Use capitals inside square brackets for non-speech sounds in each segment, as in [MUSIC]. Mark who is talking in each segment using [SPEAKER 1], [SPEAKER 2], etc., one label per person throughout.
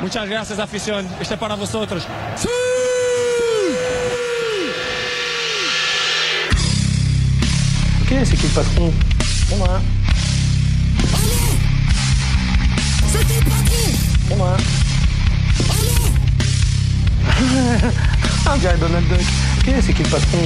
[SPEAKER 1] Muchas gracias, afición. Este es para vosotros.
[SPEAKER 2] Ok, c'est qui le patron C'est moi. C'est moi. Ah, on dirait Donald Duck. Ok, c'est qui le patron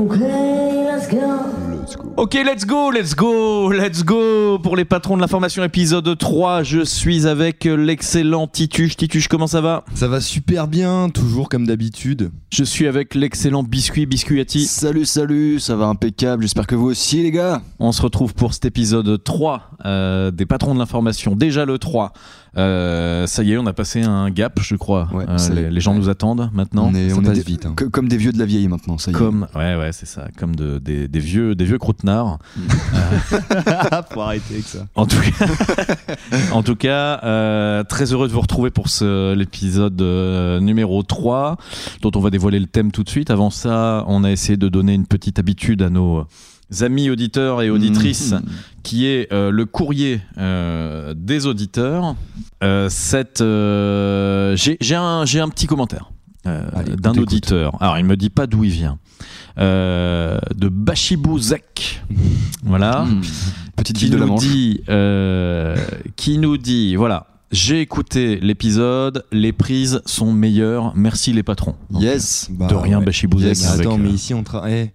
[SPEAKER 3] Okay, let's go.
[SPEAKER 4] Ok, let's go, let's go, let's go pour les patrons de l'information épisode 3. Je suis avec l'excellent Tituche. Tituche, comment ça va
[SPEAKER 5] Ça va super bien, toujours comme d'habitude.
[SPEAKER 4] Je suis avec l'excellent Biscuit Biscuitati.
[SPEAKER 6] Salut, salut, ça va impeccable, j'espère que vous aussi les gars.
[SPEAKER 4] On se retrouve pour cet épisode 3 euh, des patrons de l'information. Déjà le 3. Euh, ça y est, on a passé un gap, je crois.
[SPEAKER 6] Ouais,
[SPEAKER 4] Euh,
[SPEAKER 6] ça y est.
[SPEAKER 4] les, les gens nous attendent maintenant.
[SPEAKER 5] on est,
[SPEAKER 6] ça
[SPEAKER 5] on est
[SPEAKER 6] passe
[SPEAKER 5] des-
[SPEAKER 6] vite, hein.
[SPEAKER 5] que-
[SPEAKER 6] Co- comme des vieux de la vieille maintenant, ça y est.
[SPEAKER 4] Comme ouais ouais c'est ça comme de- des, des vieux des vieux croûtenards
[SPEAKER 6] Mm.
[SPEAKER 4] Euh.
[SPEAKER 6] [LAUGHS] Faut arrêter avec ça.
[SPEAKER 4] en tout cas [LAUGHS] en tout cas euh, très heureux de vous retrouver pour ce l'épisode euh, numéro 3 dont on va dévoiler le thème tout de suite avant ça on a essayé de donner une petite habitude à nos euh, amis auditeurs et auditrices
[SPEAKER 6] Mm. Mmh.
[SPEAKER 4] qui est euh, le courrier euh, des auditeurs. Euh, cette, euh, j'ai j'ai un, j'ai un petit commentaire euh,
[SPEAKER 5] Allez,
[SPEAKER 4] d'un
[SPEAKER 5] t'écoute.
[SPEAKER 4] auditeur. Alors, il me dit pas d'où il vient. Euh, de
[SPEAKER 5] [LAUGHS]
[SPEAKER 4] Bachibouzek. voilà.
[SPEAKER 5] Mmh.
[SPEAKER 6] Mmh. Petite
[SPEAKER 4] Qui
[SPEAKER 6] ville de la
[SPEAKER 4] nous,
[SPEAKER 6] Manche.
[SPEAKER 4] dit, euh, qui nous dit, voilà, j'ai écouté l'épisode, les prises sont meilleures, merci les patrons.
[SPEAKER 6] Yes.
[SPEAKER 5] Bah,
[SPEAKER 4] de rien,
[SPEAKER 5] ouais.
[SPEAKER 4] Bachibouzek.
[SPEAKER 5] Yes,
[SPEAKER 4] avec,
[SPEAKER 5] Attends,
[SPEAKER 4] euh,
[SPEAKER 5] mais ici on travaille.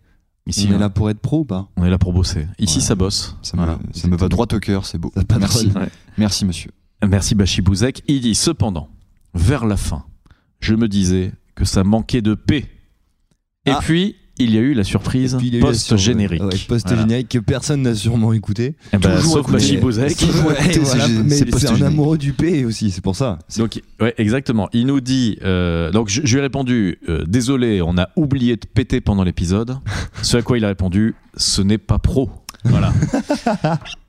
[SPEAKER 4] ici,
[SPEAKER 5] on
[SPEAKER 4] hein,
[SPEAKER 5] est là pour être pro ou pas
[SPEAKER 4] pour bosser. Ici,
[SPEAKER 5] Ouais.
[SPEAKER 4] ça bosse.
[SPEAKER 5] Ça
[SPEAKER 4] Voilà.
[SPEAKER 5] me,
[SPEAKER 6] Ça me va droit au cœur, c'est beau.
[SPEAKER 5] Ça pas de
[SPEAKER 6] Merci.
[SPEAKER 5] problème.
[SPEAKER 6] Merci monsieur.
[SPEAKER 4] Merci Bachibouzek. Il dit cependant, vers la fin, je me disais que ça manquait de paix. Et
[SPEAKER 5] Ah.
[SPEAKER 4] puis, il y a eu la surprise
[SPEAKER 5] Et puis, il y a eu la sur-
[SPEAKER 4] post-générique.
[SPEAKER 5] ouais,
[SPEAKER 4] Voilà.
[SPEAKER 5] post-générique que personne n'a sûrement écouté.
[SPEAKER 4] Eh ben,
[SPEAKER 6] Toujours
[SPEAKER 4] sauf [LAUGHS]
[SPEAKER 6] écouté.
[SPEAKER 4] Bachibouzek.
[SPEAKER 6] Toujours
[SPEAKER 5] [LAUGHS] Ouais,
[SPEAKER 6] écouté,
[SPEAKER 5] voilà,
[SPEAKER 6] c'est gé-
[SPEAKER 5] mais
[SPEAKER 6] c'est
[SPEAKER 5] c'est un
[SPEAKER 6] post-générique.
[SPEAKER 5] amoureux du P aussi, c'est pour ça.
[SPEAKER 4] Donc, ouais, exactement. Il nous dit, euh, donc je, je lui ai répondu, euh, désolé, on a oublié de péter pendant l'épisode. Ce à quoi il a répondu, ce n'est pas pro. Voilà.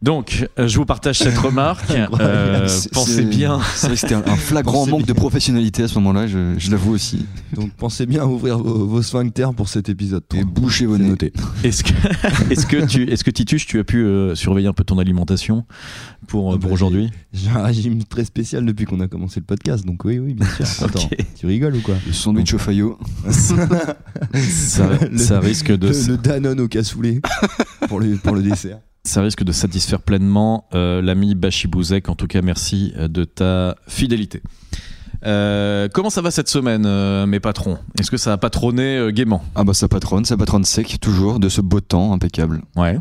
[SPEAKER 4] donc, euh, je vous partage cette remarque. Euh,
[SPEAKER 6] [LAUGHS] C'est-
[SPEAKER 4] pensez
[SPEAKER 6] c'est-
[SPEAKER 4] bien.
[SPEAKER 6] C'est vrai que c'était un, un flagrant
[SPEAKER 5] Pensez
[SPEAKER 6] manque de
[SPEAKER 5] bien.
[SPEAKER 6] professionnalité à ce moment-là, je, je l'avoue aussi.
[SPEAKER 5] Donc pensez bien à ouvrir vos, vos sphincters pour cet épisode.
[SPEAKER 6] Et
[SPEAKER 5] toi.
[SPEAKER 6] bouchez vos
[SPEAKER 5] C'est
[SPEAKER 6] nez.
[SPEAKER 5] noté.
[SPEAKER 4] Est-ce que, est-ce que [LAUGHS] tu, est-ce que Titus, tu as pu euh, surveiller un peu ton alimentation pour, euh,
[SPEAKER 5] Ah
[SPEAKER 4] pour
[SPEAKER 5] bah,
[SPEAKER 4] aujourd'hui
[SPEAKER 5] J'ai un régime très spécial depuis qu'on a commencé le podcast, donc oui, oui, bien sûr.
[SPEAKER 4] [LAUGHS]
[SPEAKER 5] Attends, tu rigoles ou quoi
[SPEAKER 6] Le sandwich au faillot.
[SPEAKER 4] [LAUGHS] ça,
[SPEAKER 5] [LAUGHS] Le-
[SPEAKER 4] ça risque de,
[SPEAKER 5] le, le Danone au cassoulet pour le, pour le dessert.
[SPEAKER 4] ça risque de satisfaire pleinement euh, l'ami Bachibouzek. En tout cas, merci euh, de ta fidélité. Euh, comment ça va cette semaine, euh, mes patrons Est-ce que ça a patronné euh, gaiement
[SPEAKER 6] Ah bah ça patronne, ça patronne sec, toujours, de ce beau temps, impeccable.
[SPEAKER 4] Ouais.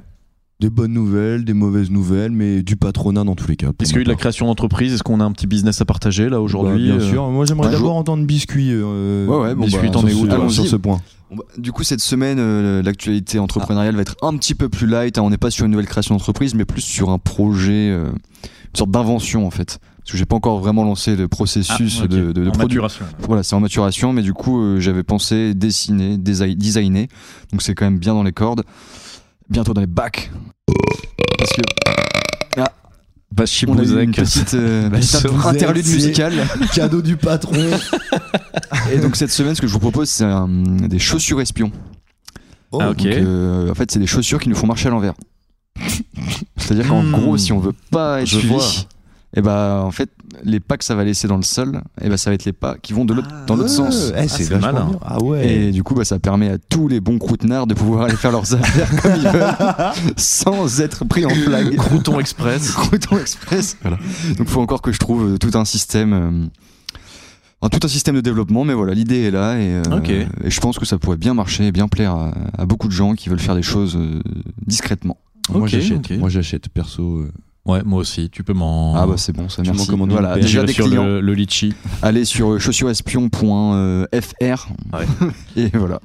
[SPEAKER 5] Des bonnes nouvelles, des mauvaises nouvelles, mais du patronat dans tous les cas. pour
[SPEAKER 4] Est-ce qu'il y a eu de la
[SPEAKER 5] ma part.
[SPEAKER 4] création d'entreprise Est-ce qu'on a un petit business à partager là aujourd'hui
[SPEAKER 5] Bah, Bien
[SPEAKER 4] Euh,
[SPEAKER 5] sûr. Moi, j'aimerais
[SPEAKER 6] un jour-
[SPEAKER 5] d'abord entendre Biscuit. euh,
[SPEAKER 6] Ouais, ouais, bon,
[SPEAKER 5] Biscuit,
[SPEAKER 6] bah,
[SPEAKER 5] t'en
[SPEAKER 6] sur
[SPEAKER 5] es
[SPEAKER 6] ce-
[SPEAKER 5] où toi,
[SPEAKER 6] allons-y.
[SPEAKER 5] sur ce point
[SPEAKER 6] Bon, bah, Du coup, cette semaine, euh, l'actualité entrepreneuriale va être un petit peu plus light. hein. On n'est pas sur une nouvelle création d'entreprise, mais plus sur un projet, euh, une sorte d'invention en fait. Parce que j'ai pas encore vraiment lancé le
[SPEAKER 4] Ah,
[SPEAKER 6] processus
[SPEAKER 4] ok.
[SPEAKER 6] de, de, de
[SPEAKER 4] En
[SPEAKER 6] produ-
[SPEAKER 4] maturation.
[SPEAKER 6] Voilà, c'est en maturation, mais du coup, euh, j'avais pensé dessiner, desi- designer. Donc c'est quand même bien dans les cordes. Bientôt dans les bacs. Parce que on a eu
[SPEAKER 4] Bachibouzek,
[SPEAKER 6] une
[SPEAKER 4] [LAUGHS]
[SPEAKER 6] petite, euh,
[SPEAKER 5] Bah,
[SPEAKER 6] petite
[SPEAKER 5] ça vous
[SPEAKER 6] interlude
[SPEAKER 5] aide, c'est-
[SPEAKER 6] musicale.
[SPEAKER 5] [LAUGHS] Cadeau du patron.
[SPEAKER 6] Et donc cette semaine, ce que je vous propose, c'est euh, des chaussures espions.
[SPEAKER 5] Oh,
[SPEAKER 4] Ah, ok.
[SPEAKER 6] Donc, euh, en fait, c'est des chaussures qui nous font marcher à l'envers. C'est-à-dire qu'en
[SPEAKER 4] Hmm.
[SPEAKER 6] gros, si on veut pas être
[SPEAKER 4] Je vois.
[SPEAKER 6] suivi, et bah, en fait, les pas que ça va laisser dans le sol, et bah, ça va être les pas qui vont de l'autre, dans l'autre
[SPEAKER 5] Ah,
[SPEAKER 6] sens.
[SPEAKER 5] eh, c'est
[SPEAKER 4] c'est
[SPEAKER 5] vachement
[SPEAKER 4] malin.
[SPEAKER 5] bien. Ah ouais.
[SPEAKER 6] Et du coup, bah, ça permet à tous les bons croûtenards de pouvoir aller faire leurs [LAUGHS] affaires comme ils veulent, sans être pris en flag.
[SPEAKER 4] Crouton Express.
[SPEAKER 6] [LAUGHS] Crouton Express. Voilà. Donc, faut encore que je trouve euh, tout un système. euh, un- tout un système de développement, mais voilà, l'idée est là et, euh,
[SPEAKER 4] Ok.
[SPEAKER 6] et je pense que ça pourrait bien marcher et bien plaire à, à beaucoup de gens qui veulent faire des choses euh, discrètement.
[SPEAKER 4] ok,
[SPEAKER 5] Moi, j'achète.
[SPEAKER 4] ok.
[SPEAKER 5] Moi, j'achète perso. euh,
[SPEAKER 4] Ouais, moi aussi. Tu peux m'en.
[SPEAKER 6] Ah bah c'est bon, ça
[SPEAKER 5] Tu
[SPEAKER 6] merci.
[SPEAKER 5] m'en commandes une
[SPEAKER 6] Voilà,
[SPEAKER 5] paire.
[SPEAKER 6] déjà
[SPEAKER 4] J'irai
[SPEAKER 6] des
[SPEAKER 4] sur
[SPEAKER 6] clients,
[SPEAKER 4] le, le litchi.
[SPEAKER 6] allez sur euh, chaussures-espion.fr
[SPEAKER 4] Ouais.
[SPEAKER 6] euh, [LAUGHS] et voilà.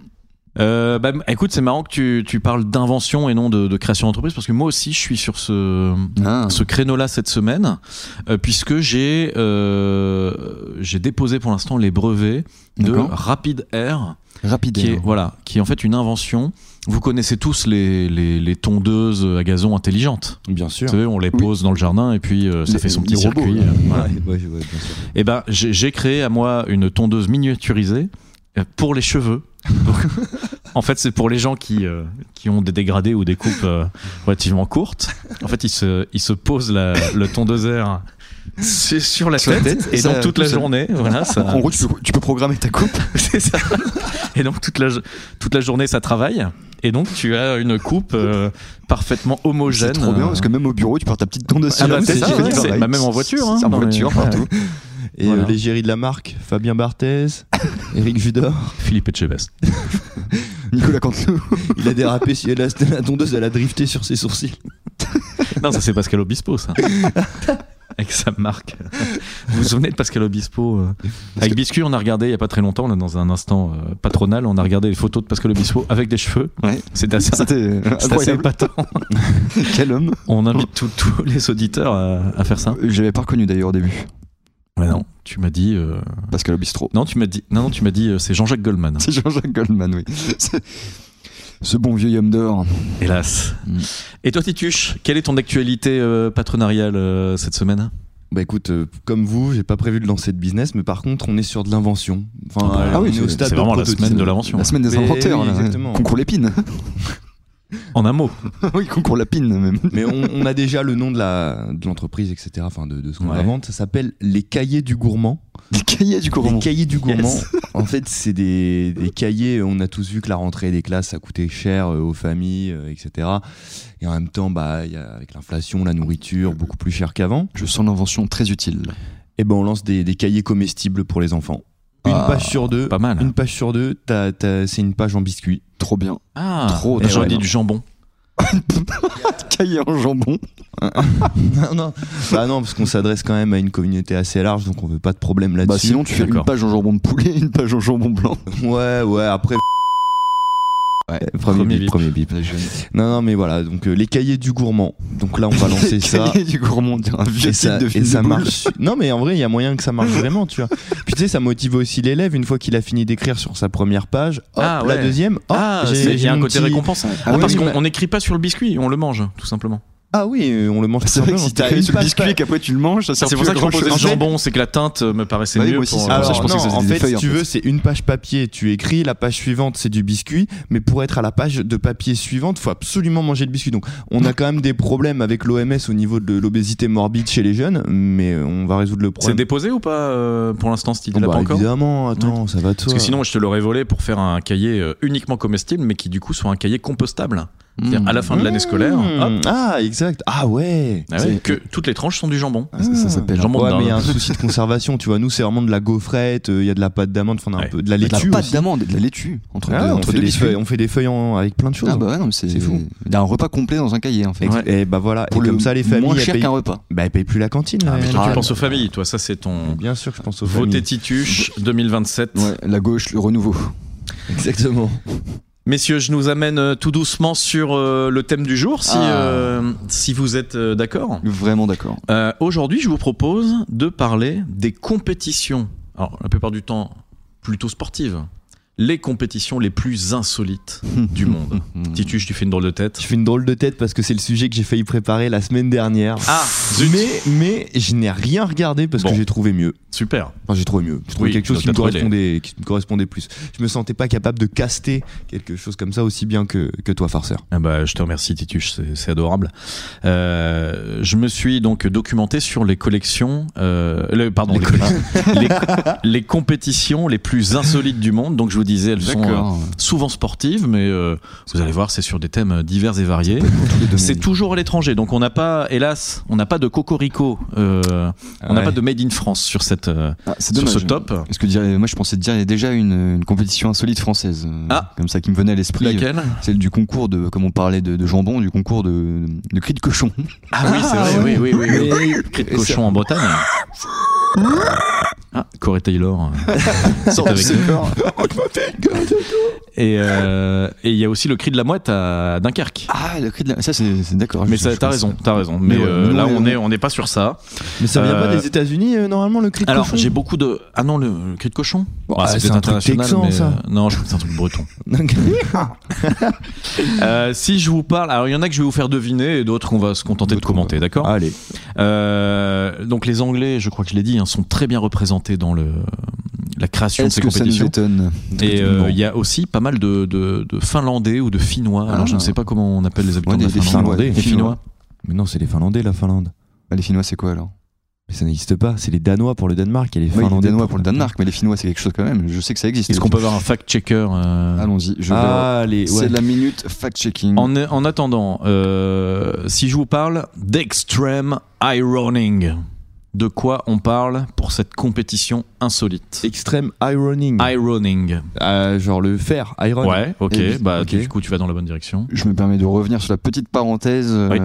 [SPEAKER 4] Euh, bah, écoute, c'est marrant que tu, tu parles d'invention et non de, de création d'entreprise parce que moi aussi, je suis sur ce,
[SPEAKER 6] Ah.
[SPEAKER 4] ce créneau-là cette semaine euh, puisque j'ai euh, j'ai déposé pour l'instant les brevets de
[SPEAKER 6] D'accord.
[SPEAKER 4] Rapid Air
[SPEAKER 6] Rapide.
[SPEAKER 4] qui est, voilà, qui est en fait une invention. Vous connaissez tous les, les, les tondeuses à gazon intelligentes.
[SPEAKER 5] Bien sûr.
[SPEAKER 4] Vous savez, on les
[SPEAKER 6] Oui.
[SPEAKER 4] pose dans le jardin et puis euh, ça
[SPEAKER 6] Les-
[SPEAKER 4] fait son
[SPEAKER 6] les
[SPEAKER 4] petit
[SPEAKER 6] robots,
[SPEAKER 4] circuit.
[SPEAKER 6] là.
[SPEAKER 4] euh, voilà.
[SPEAKER 5] Ouais, ouais, ouais, bien sûr.
[SPEAKER 4] Eh ben, j'ai j'ai créé à moi une tondeuse miniaturisée euh, pour les cheveux.
[SPEAKER 6] [LAUGHS]
[SPEAKER 4] en fait, c'est pour les gens qui, euh, qui ont des dégradés ou des coupes euh, relativement courtes. En fait, ils se, ils se posent la, le tondeusaire C'est sur la
[SPEAKER 6] Sur la
[SPEAKER 4] tête,
[SPEAKER 6] tête,
[SPEAKER 4] et
[SPEAKER 6] ça,
[SPEAKER 4] donc toute
[SPEAKER 6] tout
[SPEAKER 4] la
[SPEAKER 6] seul.
[SPEAKER 4] journée.
[SPEAKER 6] [LAUGHS]
[SPEAKER 4] Voilà, ça,
[SPEAKER 6] En gros, tu peux, tu peux programmer ta coupe.
[SPEAKER 4] [LAUGHS] c'est ça. Et donc toute la, jo- toute la journée, ça travaille. Et donc tu as une coupe euh, parfaitement homogène.
[SPEAKER 6] [LAUGHS] C'est trop bien parce que même au bureau, tu portes ta petite tondeuse.
[SPEAKER 4] Ah bah,
[SPEAKER 6] à la
[SPEAKER 4] c'est
[SPEAKER 6] tête,
[SPEAKER 4] ça,
[SPEAKER 6] tu fais
[SPEAKER 4] ouais,
[SPEAKER 6] du
[SPEAKER 4] c'est-
[SPEAKER 6] travail.
[SPEAKER 4] bah, même en voiture, hein,
[SPEAKER 6] en
[SPEAKER 4] dans les-
[SPEAKER 6] voiture, partout.
[SPEAKER 5] Et
[SPEAKER 4] Voilà.
[SPEAKER 5] euh, les géris de la marque, Fabien [LAUGHS] Barthez, Eric Judor.
[SPEAKER 4] euh, Philippe Etchebest.
[SPEAKER 6] Nicolas [LAUGHS] Cantelou.
[SPEAKER 5] [LAUGHS] Il a dérapé, sur- la, la tondeuse, elle a drifté sur ses sourcils.
[SPEAKER 4] Non, ça c'est Pascal Obispo,
[SPEAKER 6] [LAUGHS]
[SPEAKER 4] ça. Avec sa marque. Vous vous souvenez de Pascal Obispo euh, Avec Biscuit, on a regardé il n'y a pas très longtemps, là, dans un instant euh, patronal, on a regardé les photos de Pascal Obispo avec des cheveux.
[SPEAKER 6] Ouais.
[SPEAKER 4] C'était assez,
[SPEAKER 6] C'était
[SPEAKER 4] c'était assez
[SPEAKER 6] incroyable.
[SPEAKER 4] épatant.
[SPEAKER 6] Quel homme.
[SPEAKER 4] On invite tous- tous les auditeurs à, à faire ça.
[SPEAKER 6] J'avais pas reconnu d'ailleurs au début.
[SPEAKER 4] Mais non, tu m'as dit. euh,
[SPEAKER 6] Pascal Obistro.
[SPEAKER 4] Non, tu m'as dit. Non, non, tu m'as dit. euh, C'est Jean-Jacques Goldman.
[SPEAKER 6] [LAUGHS] C'est Jean-Jacques Goldman, oui. C'est- Ce bon vieil homme d'or.
[SPEAKER 4] Hélas.
[SPEAKER 6] Mm.
[SPEAKER 4] Et toi, Tituche, quelle est ton actualité euh, patronariale euh, cette semaine
[SPEAKER 5] Bah écoute, euh, comme vous, j'ai pas prévu de lancer de business, mais par contre, on est sur de l'invention. Enfin,
[SPEAKER 4] Ah bah,
[SPEAKER 5] euh,
[SPEAKER 6] ah oui,
[SPEAKER 5] on est
[SPEAKER 6] c'est-
[SPEAKER 5] au stade
[SPEAKER 4] c'est
[SPEAKER 5] de
[SPEAKER 4] vraiment la
[SPEAKER 5] prototype.
[SPEAKER 4] semaine de l'invention.
[SPEAKER 6] La semaine des
[SPEAKER 5] Mais
[SPEAKER 6] inventeurs.
[SPEAKER 5] oui,
[SPEAKER 6] là.
[SPEAKER 5] exactement.
[SPEAKER 6] Concours l'épine. [LAUGHS]
[SPEAKER 4] En un mot.
[SPEAKER 6] oui, concours lapine même.
[SPEAKER 5] Mais on, on a déjà le nom de la de l'entreprise, etc. Enfin, de, de ce qu'on
[SPEAKER 4] Ouais.
[SPEAKER 5] invente. Ça s'appelle les cahiers du gourmand.
[SPEAKER 6] Les cahiers du
[SPEAKER 5] Les
[SPEAKER 6] courant.
[SPEAKER 5] cahiers du gourmand.
[SPEAKER 6] [LAUGHS]
[SPEAKER 5] En fait, c'est des, des cahiers. On a tous vu que la rentrée des classes, ça coûtait cher euh, aux familles, euh, etc. Et en même temps, bah, il y a, avec l'inflation, la nourriture, beaucoup plus cher qu'avant.
[SPEAKER 6] Je sens l'invention très utile.
[SPEAKER 5] Et ben, on lance des, des cahiers comestibles pour les enfants. Une
[SPEAKER 6] Ah,
[SPEAKER 5] page sur deux.
[SPEAKER 4] Pas mal.
[SPEAKER 5] Une page sur deux, t'as- t'as- c'est une page en biscuit. [LAUGHS]
[SPEAKER 6] Trop bien.
[SPEAKER 4] Ah,
[SPEAKER 6] Trop,
[SPEAKER 4] eh
[SPEAKER 6] j'aurais
[SPEAKER 4] ouais,
[SPEAKER 6] dit
[SPEAKER 4] non.
[SPEAKER 6] du
[SPEAKER 4] jambon.
[SPEAKER 6] Cahier en jambon.
[SPEAKER 5] non, non. Bah non, parce qu'on s'adresse quand même à une communauté assez large, donc on veut pas de problème là-dessus.
[SPEAKER 6] Bah sinon, tu fais une
[SPEAKER 4] D'accord.
[SPEAKER 6] page en jambon de poulet, une page en jambon blanc.
[SPEAKER 5] Ouais, ouais, après. Ouais, premier,
[SPEAKER 4] Premier
[SPEAKER 5] bip,
[SPEAKER 4] bip.
[SPEAKER 5] premier bip. Non, non, mais voilà, donc euh, les cahiers du gourmand. Donc là,
[SPEAKER 6] [LAUGHS]
[SPEAKER 5] on va lancer ça.
[SPEAKER 6] Cahier du gourmand, on dirait un vieux
[SPEAKER 5] Et
[SPEAKER 6] titre
[SPEAKER 5] ça,
[SPEAKER 6] de
[SPEAKER 5] et
[SPEAKER 6] film
[SPEAKER 5] ça
[SPEAKER 6] de boule.
[SPEAKER 5] marche. [LAUGHS] Non, mais en vrai, il y a moyen que ça
[SPEAKER 6] [LAUGHS]
[SPEAKER 5] marche vraiment, tu vois. Puis tu sais, ça motive aussi l'élève une fois qu'il a fini d'écrire sur sa première page. Hop,
[SPEAKER 4] Ah,
[SPEAKER 5] la
[SPEAKER 4] ouais.
[SPEAKER 5] deuxième. Hop,
[SPEAKER 4] Ah,
[SPEAKER 5] j'ai-
[SPEAKER 4] c'est- il y
[SPEAKER 5] j'ai
[SPEAKER 4] a un
[SPEAKER 5] mon
[SPEAKER 4] côté
[SPEAKER 5] petit-
[SPEAKER 4] récompense. Ah,
[SPEAKER 5] oui,
[SPEAKER 4] parce
[SPEAKER 5] oui,
[SPEAKER 4] qu'on
[SPEAKER 6] bah-
[SPEAKER 5] mais-
[SPEAKER 4] on n'écrit pas sur le biscuit, on le mange, tout simplement.
[SPEAKER 5] Ah oui, euh, on le mange.
[SPEAKER 6] [LAUGHS] C'est vrai que si t'as
[SPEAKER 5] eu
[SPEAKER 6] sur le biscuit et qu'après tu le manges, ça sert
[SPEAKER 4] C'est pour
[SPEAKER 6] plus
[SPEAKER 4] ça
[SPEAKER 6] à
[SPEAKER 4] que je
[SPEAKER 6] grand-chose.
[SPEAKER 4] proposais le
[SPEAKER 6] En fait,
[SPEAKER 4] jambon, c'est que la teinte euh, me paraissait
[SPEAKER 6] Bah oui,
[SPEAKER 4] mieux
[SPEAKER 6] moi aussi,
[SPEAKER 4] pour,
[SPEAKER 6] c'est
[SPEAKER 4] euh,
[SPEAKER 6] pour ça
[SPEAKER 5] Alors,
[SPEAKER 6] que je pensais que
[SPEAKER 5] non,
[SPEAKER 6] ça faisait
[SPEAKER 5] en
[SPEAKER 6] des
[SPEAKER 5] fait,
[SPEAKER 6] feuilles,
[SPEAKER 5] si
[SPEAKER 6] en
[SPEAKER 5] tu
[SPEAKER 6] fait.
[SPEAKER 5] veux, c'est une page papier, tu écris, la page suivante, c'est du biscuit, mais pour être à la page de papier suivante, faut absolument manger le biscuit. Donc, on a quand même des problèmes avec l'OMS au niveau de l'obésité morbide chez les jeunes, mais on va résoudre le
[SPEAKER 4] C'est
[SPEAKER 5] problème.
[SPEAKER 4] déposé ou pas euh, pour l'instant cette
[SPEAKER 6] Oh,
[SPEAKER 4] idée-là
[SPEAKER 5] Bah,
[SPEAKER 4] pas encore
[SPEAKER 5] évidemment, attends, ça va de
[SPEAKER 4] Parce
[SPEAKER 5] soi.
[SPEAKER 4] que sinon, je te l'aurais volé pour faire un cahier euh, uniquement comestible, mais qui du coup soit un cahier compostable. C'est-à-dire à la fin de l'année scolaire,
[SPEAKER 5] Mmh.
[SPEAKER 4] hop,
[SPEAKER 5] Ah, exact. Ah ouais.
[SPEAKER 4] ah ouais,
[SPEAKER 5] C'est-
[SPEAKER 4] que toutes les tranches sont du jambon.
[SPEAKER 5] Ah.
[SPEAKER 6] Ça, ça s'appelle
[SPEAKER 4] Jambon
[SPEAKER 5] Ouais,
[SPEAKER 4] de
[SPEAKER 5] mais il y a un
[SPEAKER 4] dinde.
[SPEAKER 5] souci de conservation, tu vois. Nous, c'est vraiment de la gaufrette, euh, il y a de la pâte d'amande, enfin, on a
[SPEAKER 4] Ouais.
[SPEAKER 5] un peu de la
[SPEAKER 6] de la
[SPEAKER 5] laitue.
[SPEAKER 6] pâte
[SPEAKER 5] aussi.
[SPEAKER 6] d'amande et de la laitue. Entre
[SPEAKER 5] Ah,
[SPEAKER 6] deux,
[SPEAKER 5] on,
[SPEAKER 6] entre
[SPEAKER 5] fait
[SPEAKER 6] deux
[SPEAKER 5] des
[SPEAKER 6] biscuits.
[SPEAKER 5] feuilles, on fait des feuilles en- avec plein de choses.
[SPEAKER 6] Ah bah ouais, non, mais c'est
[SPEAKER 5] C'est fou.
[SPEAKER 6] Il y a un repas complet dans un cahier en fait.
[SPEAKER 5] Ex-
[SPEAKER 4] Ouais.
[SPEAKER 5] Et bah voilà, et
[SPEAKER 6] Pour le
[SPEAKER 5] comme ça les familles
[SPEAKER 6] moins
[SPEAKER 5] elles
[SPEAKER 6] cher
[SPEAKER 5] payent,
[SPEAKER 6] qu'un repas.
[SPEAKER 5] bah, elles payent plus la cantine.
[SPEAKER 4] Ah, mais
[SPEAKER 5] euh,
[SPEAKER 4] toi, tu
[SPEAKER 6] Ah,
[SPEAKER 4] penses aux
[SPEAKER 6] non.
[SPEAKER 4] familles, toi, ça c'est ton
[SPEAKER 5] Bien sûr, je pense aux
[SPEAKER 4] voté
[SPEAKER 5] familles.
[SPEAKER 4] tituche 2027.
[SPEAKER 6] Ouais, la gauche, le renouveau.
[SPEAKER 5] Exactement.
[SPEAKER 4] Messieurs, je nous amène euh, tout doucement sur euh, le thème du jour, si,
[SPEAKER 6] Ah.
[SPEAKER 4] euh, si vous êtes euh, d'accord.
[SPEAKER 6] Vraiment d'accord.
[SPEAKER 4] Euh, Aujourd'hui, je vous propose de parler des compétitions. Alors, la plupart du temps, plutôt sportives. Les compétitions les plus insolites du monde. Titus, tu fais une drôle de tête.
[SPEAKER 5] Je fais une drôle de tête parce que c'est le sujet que j'ai failli préparer la semaine dernière.
[SPEAKER 4] Ah, zut.
[SPEAKER 5] Mais, mais je n'ai rien regardé parce
[SPEAKER 4] Bon.
[SPEAKER 5] que j'ai trouvé mieux.
[SPEAKER 4] Super.
[SPEAKER 5] Enfin, j'ai trouvé mieux. J'ai trouvé
[SPEAKER 4] Oui,
[SPEAKER 5] quelque chose
[SPEAKER 4] donc
[SPEAKER 5] qui me,
[SPEAKER 4] t'as trouvé les-
[SPEAKER 5] correspondait, qui me correspondait plus. Je me sentais pas capable de caster quelque chose comme ça aussi bien que, que toi, farceur.
[SPEAKER 4] Ah bah, je te remercie Titus, c'est- c'est adorable. Euh, je me suis donc documenté sur les collections, euh, le- pardon, les, [LAUGHS] les- les compétitions les plus insolites du monde. Donc je vous disais, elles sont euh,
[SPEAKER 6] D'accord.
[SPEAKER 4] souvent sportives, mais euh, vous allez voir, c'est sur des thèmes divers et variés. C'est
[SPEAKER 6] Hmm.
[SPEAKER 4] toujours à l'étranger, donc on n'a pas, hélas, on n'a pas de cocorico, euh, on n'a pas de made in France sur cette, euh,
[SPEAKER 6] Ah, C'est
[SPEAKER 4] sur
[SPEAKER 6] dommage.
[SPEAKER 4] ce top.
[SPEAKER 6] Parce que dire- moi je pensais dire il y a déjà une, une compétition insolite française. euh,
[SPEAKER 4] Ah.
[SPEAKER 6] Comme ça qui me venait à l'esprit.
[SPEAKER 4] Laquelle
[SPEAKER 6] Celle du concours de, comme on parlait de, de jambon, du concours de, de cri de cochon.
[SPEAKER 4] Ah oui, c'est vrai, oui, oui, oui, oui. Cri de
[SPEAKER 6] Et
[SPEAKER 4] cochon en Bretagne. Ah, Corey Taylor. euh,
[SPEAKER 6] [LAUGHS]
[SPEAKER 4] c'est avec nous. Et euh, et il y a aussi le cri de la mouette à Dunkerque.
[SPEAKER 6] Ah, le cri de la. Ça, c'est c'est- d'accord.
[SPEAKER 4] mais
[SPEAKER 6] je-
[SPEAKER 4] ça,
[SPEAKER 6] je
[SPEAKER 4] t'as
[SPEAKER 6] pense-
[SPEAKER 4] raison, t'as raison. Mais,
[SPEAKER 6] Mais ouais,
[SPEAKER 4] euh,
[SPEAKER 6] mais nous,
[SPEAKER 4] là,
[SPEAKER 6] on-
[SPEAKER 4] on est, on n'est pas sur ça.
[SPEAKER 5] Mais ça vient pas
[SPEAKER 4] Euh,
[SPEAKER 5] des États-Unis euh, normalement le cri de
[SPEAKER 4] Alors,
[SPEAKER 5] cochon
[SPEAKER 4] j'ai beaucoup de. Ah non, le, le cri de cochon.
[SPEAKER 5] Ah,
[SPEAKER 4] c'est
[SPEAKER 5] c'est
[SPEAKER 4] peut-être
[SPEAKER 5] un truc
[SPEAKER 4] international,
[SPEAKER 5] texan,
[SPEAKER 4] mais,
[SPEAKER 5] ça.
[SPEAKER 4] euh, non, je crois que c'est un truc breton. Euh, si je vous parle, alors il y en a que je vais vous faire deviner et d'autres qu'on va se contenter de
[SPEAKER 6] D'autres qu'on va- Ah.
[SPEAKER 4] commenter, d'accord
[SPEAKER 5] [LAUGHS] Allez.
[SPEAKER 4] Euh, donc les Anglais, je crois que je l'ai dit, hein, sont très bien représentés dans le la création de
[SPEAKER 6] Est-ce
[SPEAKER 4] ces
[SPEAKER 6] que ça nous
[SPEAKER 4] compétitions.
[SPEAKER 6] étonne
[SPEAKER 4] Et euh,
[SPEAKER 6] Non.
[SPEAKER 4] il y a aussi pas mal de, de- de Finlandais ou de Finnois. Alors
[SPEAKER 6] Ah.
[SPEAKER 4] je ne sais pas comment on appelle les habitants
[SPEAKER 6] Ouais,
[SPEAKER 4] de
[SPEAKER 6] des-
[SPEAKER 4] la
[SPEAKER 6] des
[SPEAKER 4] Finlande.
[SPEAKER 5] Finlandais.
[SPEAKER 4] Des Finnois.
[SPEAKER 5] Mais non, c'est les Finlandais, la Finlande.
[SPEAKER 6] Ah, Les Finnois, c'est quoi alors
[SPEAKER 5] Mais ça n'existe pas. C'est les Danois pour le Danemark et les
[SPEAKER 6] Oui, les
[SPEAKER 5] Finlandais
[SPEAKER 6] Danois pour le Danemark, mais les Finnois, c'est quelque chose quand même. Je sais que ça existe.
[SPEAKER 4] Est-ce qu'on peut avoir un fact-checker euh,
[SPEAKER 6] Allons-y. je vais-
[SPEAKER 5] Ah, les. ouais.
[SPEAKER 6] C'est la minute fact-checking.
[SPEAKER 4] En, en attendant, euh, si je vous parle d'extreme ironing, de quoi on parle pour cette compétition insolite
[SPEAKER 5] Extreme ironing.
[SPEAKER 4] Ironing.
[SPEAKER 5] Ah, genre le fer, iron.
[SPEAKER 4] Ouais, ok,
[SPEAKER 6] Et-
[SPEAKER 4] bah
[SPEAKER 6] ok.
[SPEAKER 4] du coup tu vas dans la bonne direction.
[SPEAKER 6] Je me permets de revenir sur la petite parenthèse. euh,
[SPEAKER 4] Oui.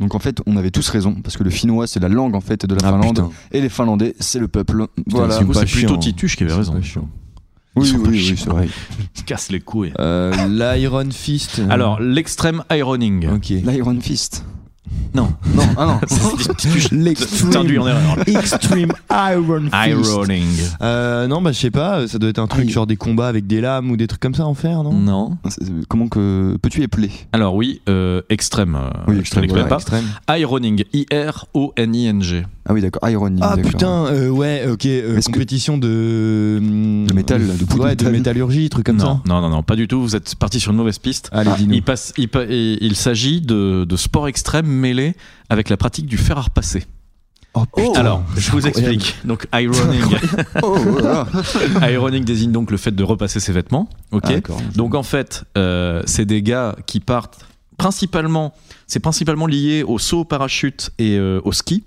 [SPEAKER 6] Donc en fait, on avait tous raison parce que le finnois c'est la langue en fait de la
[SPEAKER 5] Ah,
[SPEAKER 6] Finlande
[SPEAKER 5] putain.
[SPEAKER 6] et les finlandais c'est le peuple. voilà.
[SPEAKER 5] ils
[SPEAKER 4] Du
[SPEAKER 5] sont
[SPEAKER 4] coup, c'est
[SPEAKER 5] pas
[SPEAKER 4] plutôt
[SPEAKER 5] chiants.
[SPEAKER 4] Titus qui avait
[SPEAKER 5] C'est
[SPEAKER 4] raison.
[SPEAKER 5] pas chiant.
[SPEAKER 4] hein. Ils
[SPEAKER 6] Oui,
[SPEAKER 4] sont
[SPEAKER 6] oui,
[SPEAKER 4] pas
[SPEAKER 6] oui,
[SPEAKER 4] chiants.
[SPEAKER 6] c'est vrai.
[SPEAKER 4] [LAUGHS] Il se casse les couilles.
[SPEAKER 5] Euh, L'Iron Fist. euh,
[SPEAKER 4] Alors, l'extrême ironing.
[SPEAKER 5] Ok.
[SPEAKER 6] L'Iron Fist.
[SPEAKER 4] Non.
[SPEAKER 6] Non,
[SPEAKER 4] [LAUGHS]
[SPEAKER 6] ah non.
[SPEAKER 4] Ça, [LAUGHS] c'est
[SPEAKER 5] [LAUGHS]
[SPEAKER 4] Titus.
[SPEAKER 5] L'extreme-
[SPEAKER 4] T'as induit en
[SPEAKER 5] [LAUGHS]
[SPEAKER 4] erreur.
[SPEAKER 5] Extreme Iron Fist.
[SPEAKER 4] Ironing.
[SPEAKER 5] Euh, non, bah je sais pas, ça doit être un truc
[SPEAKER 6] Aïe.
[SPEAKER 5] genre des combats avec des lames ou des trucs comme ça en fer, non
[SPEAKER 4] Non.
[SPEAKER 6] Hein, C'est- Comment que peux-tu épeler
[SPEAKER 4] Alors oui, euh, extrême. euh, je te les connais
[SPEAKER 6] voilà,
[SPEAKER 4] pas.
[SPEAKER 6] extrême.
[SPEAKER 4] Ironing. I-R-O-N-I-N-G.
[SPEAKER 6] Ah oui, d'accord. Irony.
[SPEAKER 5] Ah
[SPEAKER 6] d'accord.
[SPEAKER 5] putain, euh, ouais, ok, euh,
[SPEAKER 6] Est-ce que-
[SPEAKER 5] compétition de.
[SPEAKER 6] De métal, de bout de
[SPEAKER 5] ouais, de
[SPEAKER 6] métal.
[SPEAKER 5] métallurgie, truc comme
[SPEAKER 4] Non,
[SPEAKER 5] ça.
[SPEAKER 4] non, non, non, pas du tout. Vous êtes parti sur une mauvaise piste.
[SPEAKER 5] Allez,
[SPEAKER 6] Ah.
[SPEAKER 5] dis-nous.
[SPEAKER 4] Il, passe, il, pa- et il s'agit de, de sport extrême mêlé avec la pratique du fer à repasser.
[SPEAKER 5] Oh
[SPEAKER 4] Alors, je vous
[SPEAKER 5] incroyable.
[SPEAKER 4] explique. Donc, ironing,
[SPEAKER 6] Oh, voilà.
[SPEAKER 4] ironing désigne donc le fait de repasser ses vêtements. Ok.
[SPEAKER 6] Ah, d'accord.
[SPEAKER 4] donc en fait, euh, c'est des gars qui partent principalement. C'est principalement lié au saut au parachute et euh, au ski.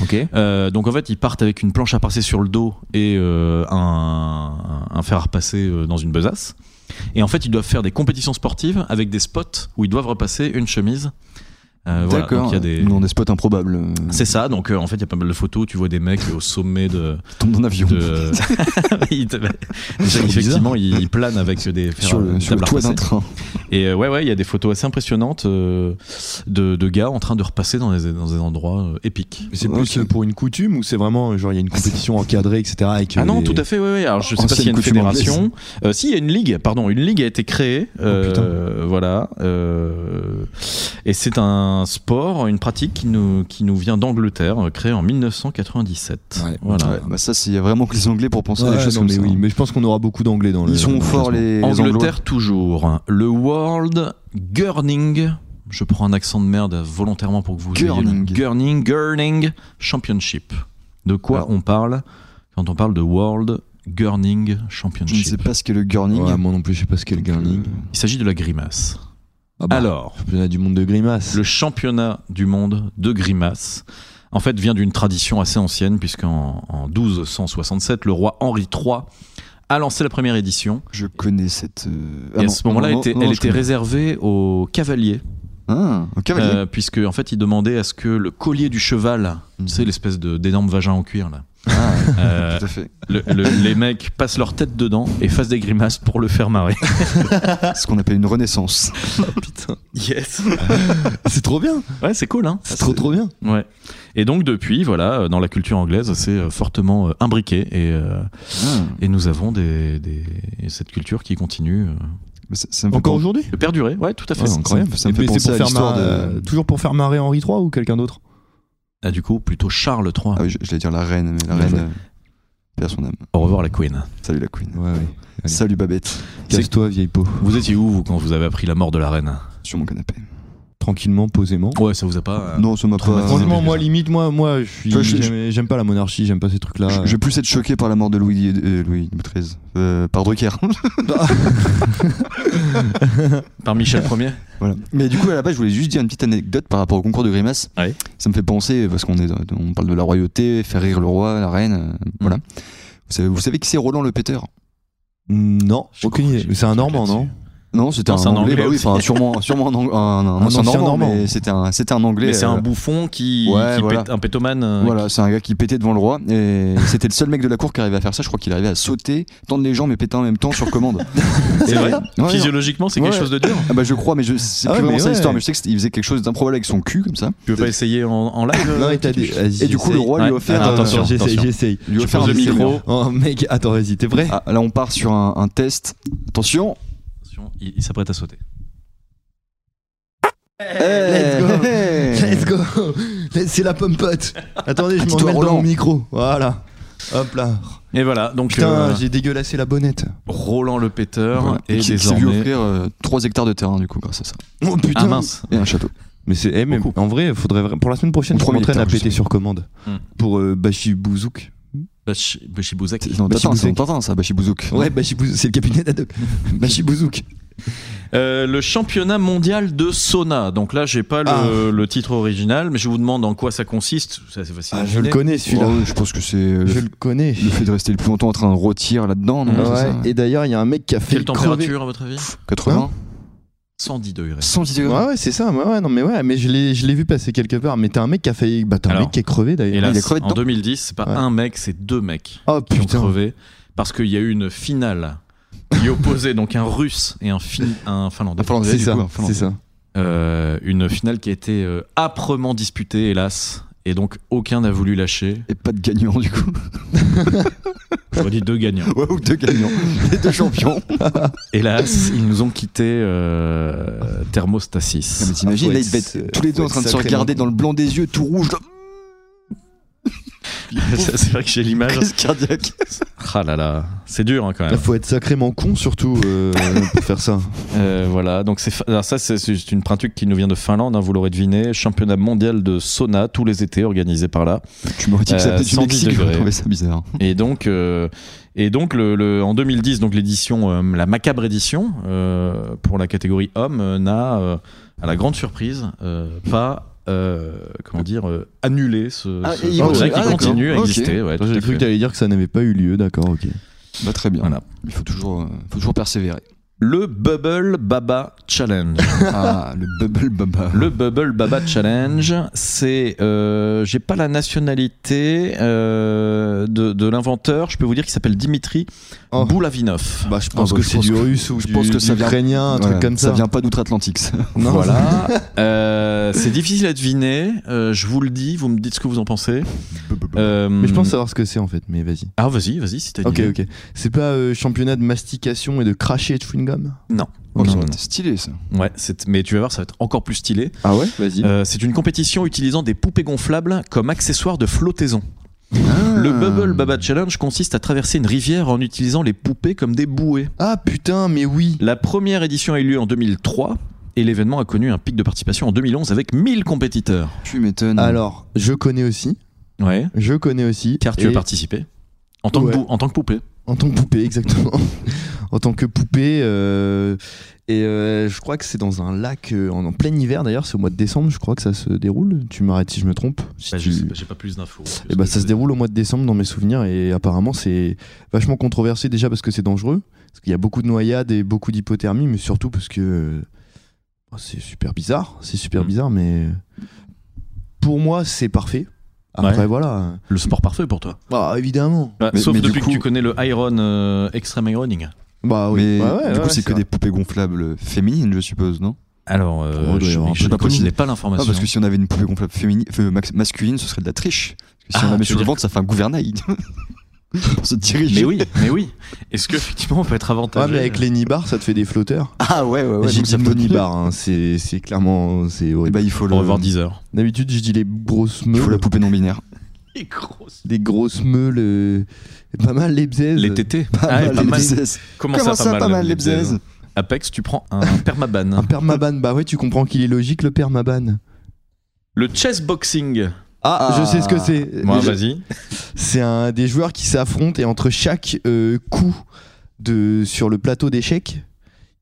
[SPEAKER 5] ok.
[SPEAKER 4] Euh, donc en fait, ils partent avec une planche à repasser sur le dos et euh, un, un fer à repasser euh, dans une besace. Et en fait, ils doivent faire des compétitions sportives avec des spots où ils doivent repasser une chemise. Euh, voilà,
[SPEAKER 6] D'accord.
[SPEAKER 4] donc il y a des-
[SPEAKER 6] Dans des spots improbables. euh,
[SPEAKER 4] C'est ça, donc euh, en fait, il y a pas mal de photos où tu vois des mecs au sommet de.
[SPEAKER 6] Tombe d'un avion.
[SPEAKER 4] [LAUGHS] de- Ils te- effectivement, ils planent avec des fers
[SPEAKER 6] Sur
[SPEAKER 4] des
[SPEAKER 6] le, sur le
[SPEAKER 4] tables à
[SPEAKER 6] toit d'un
[SPEAKER 4] repasser.
[SPEAKER 6] train.
[SPEAKER 4] Et euh, ouais, ouais, il y a des photos assez impressionnantes euh, de, de gars en train de repasser dans des, dans des endroits euh, épiques.
[SPEAKER 5] Mais c'est
[SPEAKER 6] Ok.
[SPEAKER 5] plus euh, pour une coutume ou c'est vraiment euh, genre il y a une compétition encadrée, etc. Avec, euh,
[SPEAKER 4] Ah non,
[SPEAKER 5] les-
[SPEAKER 4] tout à fait, oui, oui. Alors je sais pas
[SPEAKER 6] Ancienne
[SPEAKER 4] s'il y a une
[SPEAKER 6] coutume
[SPEAKER 4] fédération. Euh, si, il y a une ligue, pardon, une ligue a été créée. euh, voilà. euh, et c'est un sport, une pratique qui nous, qui nous vient d'Angleterre, euh, créée en 1997.
[SPEAKER 5] Ouais.
[SPEAKER 4] Voilà.
[SPEAKER 6] Ouais, bah ça, c'est- il y a vraiment que les Anglais pour penser à
[SPEAKER 5] Ouais,
[SPEAKER 6] des choses
[SPEAKER 5] non,
[SPEAKER 6] comme
[SPEAKER 5] mais
[SPEAKER 6] ça. hein.
[SPEAKER 5] oui, mais je pense qu'on aura beaucoup d'anglais dans le.
[SPEAKER 6] Ils sont
[SPEAKER 5] dans le
[SPEAKER 6] forts
[SPEAKER 5] classement.
[SPEAKER 6] les, les Anglois.
[SPEAKER 4] Angleterre toujours. Le World Gurning. Je prends un accent de merde volontairement pour que vous ayez le-
[SPEAKER 6] Gurning.
[SPEAKER 4] Gurning, Gurning Championship. De quoi
[SPEAKER 6] Ah.
[SPEAKER 4] on parle quand on parle de World Gurning
[SPEAKER 6] Je ne
[SPEAKER 4] Championship
[SPEAKER 6] sais pas ce qu'est le gurning.
[SPEAKER 5] Ouais, moi non plus, je sais pas ce qu'est le gurning.
[SPEAKER 4] Il s'agit de la grimace.
[SPEAKER 5] Ah bah,
[SPEAKER 4] Alors,
[SPEAKER 5] championnat du monde de grimaces.
[SPEAKER 4] le championnat du monde de grimace, en fait, vient d'une tradition assez ancienne, puisqu'en en 1267, le roi Henri III a lancé la première édition.
[SPEAKER 6] Je connais cette. euh, ah
[SPEAKER 4] et à
[SPEAKER 6] non,
[SPEAKER 4] ce moment-là,
[SPEAKER 6] non,
[SPEAKER 4] elle était,
[SPEAKER 6] non,
[SPEAKER 4] elle
[SPEAKER 6] je
[SPEAKER 4] était
[SPEAKER 6] connais.
[SPEAKER 4] réservée aux cavaliers,
[SPEAKER 6] Ah, au cavalier.
[SPEAKER 4] euh, puisque en fait, il demandait à ce que le collier du cheval,
[SPEAKER 6] Mhm.
[SPEAKER 4] tu sais, l'espèce de- d'énorme vagin en cuir, là,
[SPEAKER 6] Ah,
[SPEAKER 4] euh,
[SPEAKER 6] tout à fait.
[SPEAKER 4] le- le- les mecs passent leur tête dedans et fassent des grimaces pour le faire marrer. ah.
[SPEAKER 6] Ce qu'on appelle une renaissance.
[SPEAKER 5] Putain,
[SPEAKER 4] Yes.
[SPEAKER 5] Ah, c'est trop bien.
[SPEAKER 4] [LAUGHS] Ouais, c'est cool, hein.
[SPEAKER 5] C'est trop trop bien.
[SPEAKER 4] Ouais. Et donc depuis, voilà, euh, dans la culture anglaise, c'est euh, fortement euh, imbriqué et, euh,
[SPEAKER 6] Ah,
[SPEAKER 4] et nous avons des, des- et cette culture qui continue euh,
[SPEAKER 6] mais ça, ça me fait
[SPEAKER 5] Encore
[SPEAKER 6] pen-
[SPEAKER 5] aujourd'hui.
[SPEAKER 4] de perdurer. Ouais, tout à fait.
[SPEAKER 5] Ouais,
[SPEAKER 6] ça-
[SPEAKER 5] incroyable.
[SPEAKER 6] ça me fait
[SPEAKER 5] Mais c'est
[SPEAKER 6] penser
[SPEAKER 5] pour
[SPEAKER 6] à
[SPEAKER 5] faire
[SPEAKER 6] l'histoire
[SPEAKER 5] marrer,
[SPEAKER 6] de-
[SPEAKER 5] euh, Toujours pour faire marrer Henri III ou quelqu'un d'autre
[SPEAKER 4] Ah, du coup, plutôt Charles III.
[SPEAKER 6] Ah oui, je- j'allais dire la reine, mais la
[SPEAKER 5] Ouais.
[SPEAKER 6] reine euh, perd son âme.
[SPEAKER 4] Au revoir la Queen.
[SPEAKER 6] Salut la queen.
[SPEAKER 5] Ouais, ouais. Allez.
[SPEAKER 6] Salut Babette.
[SPEAKER 5] Casse-toi, vieille peau.
[SPEAKER 4] Vous étiez où vous quand vous avez appris la mort de la reine
[SPEAKER 6] Sur mon canapé.
[SPEAKER 5] Tranquillement, posément.
[SPEAKER 4] Ouais, ça vous a pas. euh,
[SPEAKER 6] non, ça m'a pas.
[SPEAKER 4] traumatisé.
[SPEAKER 5] Franchement,
[SPEAKER 4] c'est bizarre.
[SPEAKER 5] moi, limite, moi, moi, je suis.
[SPEAKER 6] Toi, je-
[SPEAKER 5] j'aime- J'aime pas la monarchie, j'aime pas ces trucs-là.
[SPEAKER 6] euh, Je, je vais plus être choqué par la mort de Louis, euh, Louis XIII. Euh, par Drucker. [LAUGHS]
[SPEAKER 4] Par Michel Ier.
[SPEAKER 6] Voilà. Mais du coup, à la base, je voulais juste dire une petite anecdote par rapport au concours de grimaces.
[SPEAKER 4] Ouais.
[SPEAKER 6] Ça me fait penser, parce qu'on est, dans- on parle de la royauté, faire rire le roi, la reine, euh, voilà.
[SPEAKER 4] Mhm.
[SPEAKER 6] Vous savez, vous savez qui c'est Roland le Péteur
[SPEAKER 5] Non, aucune idée. Mais C'est un Normand, non
[SPEAKER 6] Non, c'était
[SPEAKER 4] Non,
[SPEAKER 6] un,
[SPEAKER 4] c'est un
[SPEAKER 6] anglais,
[SPEAKER 4] Anglais
[SPEAKER 6] bah oui,
[SPEAKER 4] aussi.
[SPEAKER 6] enfin, sûrement, sûrement un, Ang- un- un
[SPEAKER 5] Un
[SPEAKER 6] ancien
[SPEAKER 5] ancien
[SPEAKER 6] normand,
[SPEAKER 5] Normand.
[SPEAKER 6] mais c'était un, c'était un anglais.
[SPEAKER 4] Mais c'est
[SPEAKER 6] euh,
[SPEAKER 4] un bouffon qui,
[SPEAKER 6] Ouais,
[SPEAKER 4] qui
[SPEAKER 6] voilà.
[SPEAKER 4] pète- un pétomane. euh,
[SPEAKER 6] Voilà, c'est un gars qui pétait devant le roi et [LAUGHS] c'était le seul mec de la cour qui arrivait à faire ça. Je crois qu'il arrivait à sauter, tendre les jambes et péter en même temps sur commande.
[SPEAKER 4] qui- [LAUGHS] C'est
[SPEAKER 6] Et-
[SPEAKER 4] vrai.
[SPEAKER 6] Ouais,
[SPEAKER 4] Physiologiquement, c'est
[SPEAKER 6] Ouais.
[SPEAKER 4] quelque chose de dur.
[SPEAKER 6] Ah bah je crois, mais je sais
[SPEAKER 5] Ah
[SPEAKER 6] plus
[SPEAKER 5] ouais,
[SPEAKER 6] vraiment
[SPEAKER 5] mais
[SPEAKER 6] ça
[SPEAKER 5] ouais.
[SPEAKER 6] l'histoire, mais je sais qu'il faisait quelque chose d'improbable avec son cul comme ça.
[SPEAKER 4] Tu veux pas essayer en, en live euh,
[SPEAKER 5] Non, et t'as dit.
[SPEAKER 4] Titus
[SPEAKER 5] vas-y,
[SPEAKER 6] Et du coup, le
[SPEAKER 5] j'essaye.
[SPEAKER 6] roi lui a
[SPEAKER 4] Ouais.
[SPEAKER 6] offert.
[SPEAKER 4] Ah,
[SPEAKER 6] euh,
[SPEAKER 4] attention,
[SPEAKER 5] J'essaye,
[SPEAKER 4] attention.
[SPEAKER 5] j'essaye.
[SPEAKER 6] lui a
[SPEAKER 4] Je
[SPEAKER 6] offert
[SPEAKER 4] pose
[SPEAKER 6] un
[SPEAKER 4] le
[SPEAKER 6] micro.
[SPEAKER 4] micro.
[SPEAKER 5] Oh mec, attends, vas-y, t'es prêt
[SPEAKER 6] Ah, là, on part sur un, un test. Attention.
[SPEAKER 4] Attention, il, il s'apprête à sauter. Eh,
[SPEAKER 5] let's
[SPEAKER 6] Eh,
[SPEAKER 5] go.
[SPEAKER 6] Hey.
[SPEAKER 5] [LAUGHS] Let's go C'est la popote Attendez, je
[SPEAKER 6] Ah, Dis-toi,
[SPEAKER 5] m'en mets dans
[SPEAKER 6] Roland.
[SPEAKER 5] mon micro. Voilà. Hop là.
[SPEAKER 4] Et voilà, donc
[SPEAKER 5] Putain,
[SPEAKER 4] euh,
[SPEAKER 5] j'ai dégueulassé la bonnette.
[SPEAKER 4] Roland le péteur
[SPEAKER 6] Voilà.
[SPEAKER 4] et
[SPEAKER 6] qui, qui s'est vu euh,
[SPEAKER 4] désormais
[SPEAKER 6] offrir 3 hectares de terrain du coup grâce à ça.
[SPEAKER 5] Oh putain
[SPEAKER 4] Ah mince.
[SPEAKER 6] Et un château.
[SPEAKER 5] Mais c'est, eh, mais
[SPEAKER 4] Beaucoup.
[SPEAKER 5] en vrai, faudrait vra- pour la semaine prochaine,
[SPEAKER 6] Au
[SPEAKER 5] je
[SPEAKER 6] premier
[SPEAKER 5] m'entraîne à
[SPEAKER 6] étage,
[SPEAKER 5] péter
[SPEAKER 6] justement.
[SPEAKER 5] sur commande
[SPEAKER 4] Hmm.
[SPEAKER 5] pour euh, Bashi Bouzouk.
[SPEAKER 4] Bashi- Bashibouzak.
[SPEAKER 6] Non,
[SPEAKER 5] Bashi
[SPEAKER 6] t'attends,
[SPEAKER 5] Bouzouk.
[SPEAKER 6] ça, t'attends, ça, bah, Bashi Bouzouk.
[SPEAKER 5] Ouais, Bashi Bouzouk, c'est le
[SPEAKER 6] [LAUGHS]
[SPEAKER 5] cabinet d'Adoc. Bashi Bouzouk.
[SPEAKER 4] Euh, le championnat mondial de sauna. Donc là, j'ai pas le,
[SPEAKER 5] Ah.
[SPEAKER 4] le titre original, mais je vous demande en quoi ça consiste. Ça, c'est facile. à
[SPEAKER 5] Ah, je le
[SPEAKER 4] deviner.
[SPEAKER 5] connais celui-là.
[SPEAKER 6] Ouais, je pense que c'est euh,
[SPEAKER 5] Je
[SPEAKER 6] le
[SPEAKER 5] le connais.
[SPEAKER 6] fait de rester le plus longtemps en train de rôtir là-dedans. non,
[SPEAKER 4] Ouais,
[SPEAKER 6] c'est ça, hein.
[SPEAKER 5] Ouais, et d'ailleurs, il y a un mec qui a fait
[SPEAKER 4] Quelle température,
[SPEAKER 5] crever-
[SPEAKER 4] à votre avis Hein
[SPEAKER 6] 80
[SPEAKER 4] 110 degrés.
[SPEAKER 6] 110 degrés.
[SPEAKER 5] Ouais, ouais, c'est ça. Ouais, ouais, non, mais ouais, mais je l'ai, je l'ai vu passer quelque part. Mais t'as un mec qui a failli. Bah, t'as un
[SPEAKER 4] Alors.
[SPEAKER 5] mec qui est crevé
[SPEAKER 4] Et
[SPEAKER 5] d'ailleurs.
[SPEAKER 4] là,
[SPEAKER 6] il a crevé
[SPEAKER 4] en
[SPEAKER 6] dedans.
[SPEAKER 4] 2010, c'est pas
[SPEAKER 5] Ouais.
[SPEAKER 4] un mec, c'est deux mecs
[SPEAKER 5] Oh
[SPEAKER 4] qui ont
[SPEAKER 5] putain.
[SPEAKER 4] crevé parce qu'il y a eu une finale qui opposait donc un Russe et un, Fin- un Finlandais.
[SPEAKER 6] Un Finlandais.
[SPEAKER 5] C'est
[SPEAKER 6] du
[SPEAKER 5] ça.
[SPEAKER 6] coup, en Finlande.
[SPEAKER 5] C'est ça.
[SPEAKER 4] Euh, une finale qui a été euh, âprement disputée, hélas. Et donc aucun n'a voulu lâcher.
[SPEAKER 6] Et pas de gagnant, du coup.
[SPEAKER 4] J'aurais dit deux gagnants.
[SPEAKER 6] [LAUGHS] Ouais, ou deux gagnants. Les deux
[SPEAKER 5] [LAUGHS]
[SPEAKER 6] champions.
[SPEAKER 4] Hélas, ils nous ont quittés euh,
[SPEAKER 6] Ah, mais
[SPEAKER 4] Thermostasis.
[SPEAKER 6] t'imagines,
[SPEAKER 5] Ah, faut
[SPEAKER 6] là,
[SPEAKER 5] être-
[SPEAKER 6] ils devaient
[SPEAKER 5] euh,
[SPEAKER 6] être tous les deux
[SPEAKER 5] faut
[SPEAKER 6] en train
[SPEAKER 5] être
[SPEAKER 6] de se
[SPEAKER 5] sacrément
[SPEAKER 6] regarder dans le blanc des yeux, tout rouge, là.
[SPEAKER 4] [LAUGHS] Ça, c'est vrai que j'ai l'image.
[SPEAKER 6] [LAUGHS] crise cardiaque.
[SPEAKER 4] Ah là là, c'est dur hein, quand
[SPEAKER 5] Là,
[SPEAKER 4] même.
[SPEAKER 5] faut être sacrément con surtout euh, pour faire ça.
[SPEAKER 4] Euh, voilà, donc c'est fa- alors ça c'est c'est juste une printuque qui nous vient de Finlande, hein, vous l'aurez deviné, championnat mondial de sauna tous les étés organisé par là.
[SPEAKER 6] Tu m'aurais dit que ça
[SPEAKER 4] Euh,
[SPEAKER 6] venait du
[SPEAKER 4] 110
[SPEAKER 6] Mexique, j'aurais
[SPEAKER 4] degrés.
[SPEAKER 6] trouvé ça bizarre.
[SPEAKER 4] Et donc, euh, et donc le, le- en 2010, donc l'édition, euh, la macabre édition euh, pour la catégorie homme euh, n'a, euh, à la grande surprise, euh, pas euh, comment dire euh, annulé ce,
[SPEAKER 6] Ah,
[SPEAKER 4] ce
[SPEAKER 6] et il
[SPEAKER 4] projet
[SPEAKER 5] continue.
[SPEAKER 4] qui
[SPEAKER 5] Ah,
[SPEAKER 4] continue à
[SPEAKER 6] d'accord.
[SPEAKER 4] exister. ouais, tout à
[SPEAKER 5] J'ai cru
[SPEAKER 4] fait.
[SPEAKER 5] que t'allais dire que ça n'avait pas eu lieu, d'accord, ok.
[SPEAKER 6] Bah, très bien.
[SPEAKER 4] Voilà.
[SPEAKER 6] Il faut toujours, euh, faut toujours persévérer.
[SPEAKER 4] Le Bubble Baba [LAUGHS] Challenge.
[SPEAKER 6] Ah, le bubble baba.
[SPEAKER 4] Le Bubble Baba Challenge, c'est. euh, J'ai pas la nationalité euh, de, de l'inventeur. Je peux vous dire qu'il s'appelle Dimitri
[SPEAKER 5] Oh.
[SPEAKER 4] Boulavinov.
[SPEAKER 5] Bah, je
[SPEAKER 6] pense
[SPEAKER 5] pense
[SPEAKER 6] que
[SPEAKER 5] que c'est
[SPEAKER 6] je
[SPEAKER 5] du
[SPEAKER 6] pense
[SPEAKER 5] russe ou
[SPEAKER 6] je
[SPEAKER 5] du
[SPEAKER 6] pense que ça vient-
[SPEAKER 5] ukrainien, un truc
[SPEAKER 6] Ouais,
[SPEAKER 5] comme ça.
[SPEAKER 6] vient pas d'outre-Atlantique. ça.
[SPEAKER 5] Non.
[SPEAKER 4] Voilà. Euh, c'est difficile à deviner. Euh, je vous le dis. Vous me dites ce que vous en pensez. Euh,
[SPEAKER 5] Mais je pense savoir ce que c'est en fait, mais vas-y.
[SPEAKER 4] Ah, vas-y, vas-y, si t'as une
[SPEAKER 5] Ok,
[SPEAKER 4] idée.
[SPEAKER 5] ok. C'est pas euh, championnat de mastication et de cracher de chewing-gum
[SPEAKER 4] Non.
[SPEAKER 5] Ok.
[SPEAKER 4] Non, non,
[SPEAKER 6] C'est stylé ça.
[SPEAKER 4] non. Ouais, c'est- mais tu vas voir, ça va être encore plus stylé.
[SPEAKER 5] Ah ouais Vas-y.
[SPEAKER 4] Euh, c'est une compétition utilisant des poupées gonflables comme accessoire de flottaison.
[SPEAKER 6] Euh,
[SPEAKER 4] Le
[SPEAKER 5] Hmm.
[SPEAKER 4] Bubble Baba Challenge consiste à traverser une rivière en utilisant les poupées comme des bouées.
[SPEAKER 5] Ah putain, mais oui
[SPEAKER 4] La première édition a eu lieu en 2003 et l'événement a connu un pic de participation en 2011 avec 1000 compétiteurs.
[SPEAKER 6] Tu m'étonnes.
[SPEAKER 5] Alors, je connais aussi.
[SPEAKER 4] Ouais.
[SPEAKER 5] Je connais aussi.
[SPEAKER 4] Car tu
[SPEAKER 5] Et
[SPEAKER 4] as participé en tant,
[SPEAKER 5] Ouais.
[SPEAKER 4] que bou- en tant que poupée.
[SPEAKER 5] En tant que poupée, [LAUGHS] exactement. en tant que poupée. euh, Et euh, je crois que c'est dans un lac euh, en, en plein hiver d'ailleurs, c'est au mois de décembre, je crois que ça se déroule. Tu m'arrêtes si je me trompe. Si tu-
[SPEAKER 4] j'ai Bah, pas plus d'infos.
[SPEAKER 5] Et bah ça se déroule au mois de décembre dans mes souvenirs et apparemment c'est vachement controversé déjà parce que c'est dangereux, parce qu'il y a beaucoup de noyades et beaucoup d'hypothermie, mais surtout parce que euh, oh, c'est super bizarre, c'est super
[SPEAKER 4] Mm.
[SPEAKER 5] bizarre, mais pour moi c'est parfait. Après
[SPEAKER 4] Ouais.
[SPEAKER 5] voilà,
[SPEAKER 4] Le sport parfait pour toi.
[SPEAKER 5] bah évidemment.
[SPEAKER 6] Mais-
[SPEAKER 4] sauf
[SPEAKER 6] mais du
[SPEAKER 4] depuis
[SPEAKER 6] coup-
[SPEAKER 4] que tu connais le Iron euh, Extreme Ironing.
[SPEAKER 5] Bah oui.
[SPEAKER 6] Mais
[SPEAKER 5] Ouais, ouais,
[SPEAKER 6] du coup,
[SPEAKER 5] ouais,
[SPEAKER 6] c'est que
[SPEAKER 5] vrai.
[SPEAKER 6] des poupées gonflables féminines, je suppose, non
[SPEAKER 4] Alors, euh,
[SPEAKER 5] Oh, il doit y
[SPEAKER 4] je,
[SPEAKER 5] avoir un
[SPEAKER 4] je-
[SPEAKER 5] peu
[SPEAKER 4] je
[SPEAKER 5] d'apologie.
[SPEAKER 4] n'ai pas
[SPEAKER 6] Ah,
[SPEAKER 4] l'information.
[SPEAKER 6] parce que si on avait une poupée gonflable féminine, enfin, max- masculine, ce serait de la triche. Parce que si
[SPEAKER 4] Ah,
[SPEAKER 6] on la met
[SPEAKER 4] tu
[SPEAKER 6] sur
[SPEAKER 4] veux
[SPEAKER 6] le
[SPEAKER 4] dire
[SPEAKER 6] ventre, ça fait un gouvernail. [LAUGHS] Pour se diriger.
[SPEAKER 4] mais oui, [LAUGHS] Ah, mais oui. Est-ce que effectivement on peut être
[SPEAKER 5] Ouais,
[SPEAKER 4] avantagé
[SPEAKER 5] mais avec les nibards ça te fait des flotteurs.
[SPEAKER 6] Ah ouais, ouais, ouais.
[SPEAKER 5] J'ai
[SPEAKER 6] donc
[SPEAKER 5] dit
[SPEAKER 6] ça
[SPEAKER 5] le
[SPEAKER 6] peut-
[SPEAKER 5] mot nibar, hein, c'est c'est clairement c'est
[SPEAKER 6] Eh
[SPEAKER 5] horrible.
[SPEAKER 6] bah, il faut le.
[SPEAKER 4] Pour avoir 10 heures.
[SPEAKER 5] ben, D'habitude je dis les grosses
[SPEAKER 6] Il faut la
[SPEAKER 5] meules,
[SPEAKER 6] poupée non binaire.
[SPEAKER 5] des grosses meules, euh, pas mal les bzaises.
[SPEAKER 4] Les tétés.
[SPEAKER 6] Ah,
[SPEAKER 4] Ah, et
[SPEAKER 6] les
[SPEAKER 4] pas mal.
[SPEAKER 6] bzaises.
[SPEAKER 4] Comment,
[SPEAKER 6] Comment
[SPEAKER 4] ça, pas, mal,
[SPEAKER 6] les
[SPEAKER 4] bzaises
[SPEAKER 6] bzaises
[SPEAKER 4] Apex, tu prends un [LAUGHS] permaban.
[SPEAKER 5] Un permaban, bah ouais, tu comprends qu'il est logique le permaban.
[SPEAKER 4] Le chess boxing.
[SPEAKER 5] Ah,
[SPEAKER 6] Ah.
[SPEAKER 5] je sais ce que c'est.
[SPEAKER 4] Moi,
[SPEAKER 5] Mais je-
[SPEAKER 4] [LAUGHS] vas-y.
[SPEAKER 5] C'est un des joueurs qui s'affrontent et entre chaque euh, coup de sur le plateau d'échecs,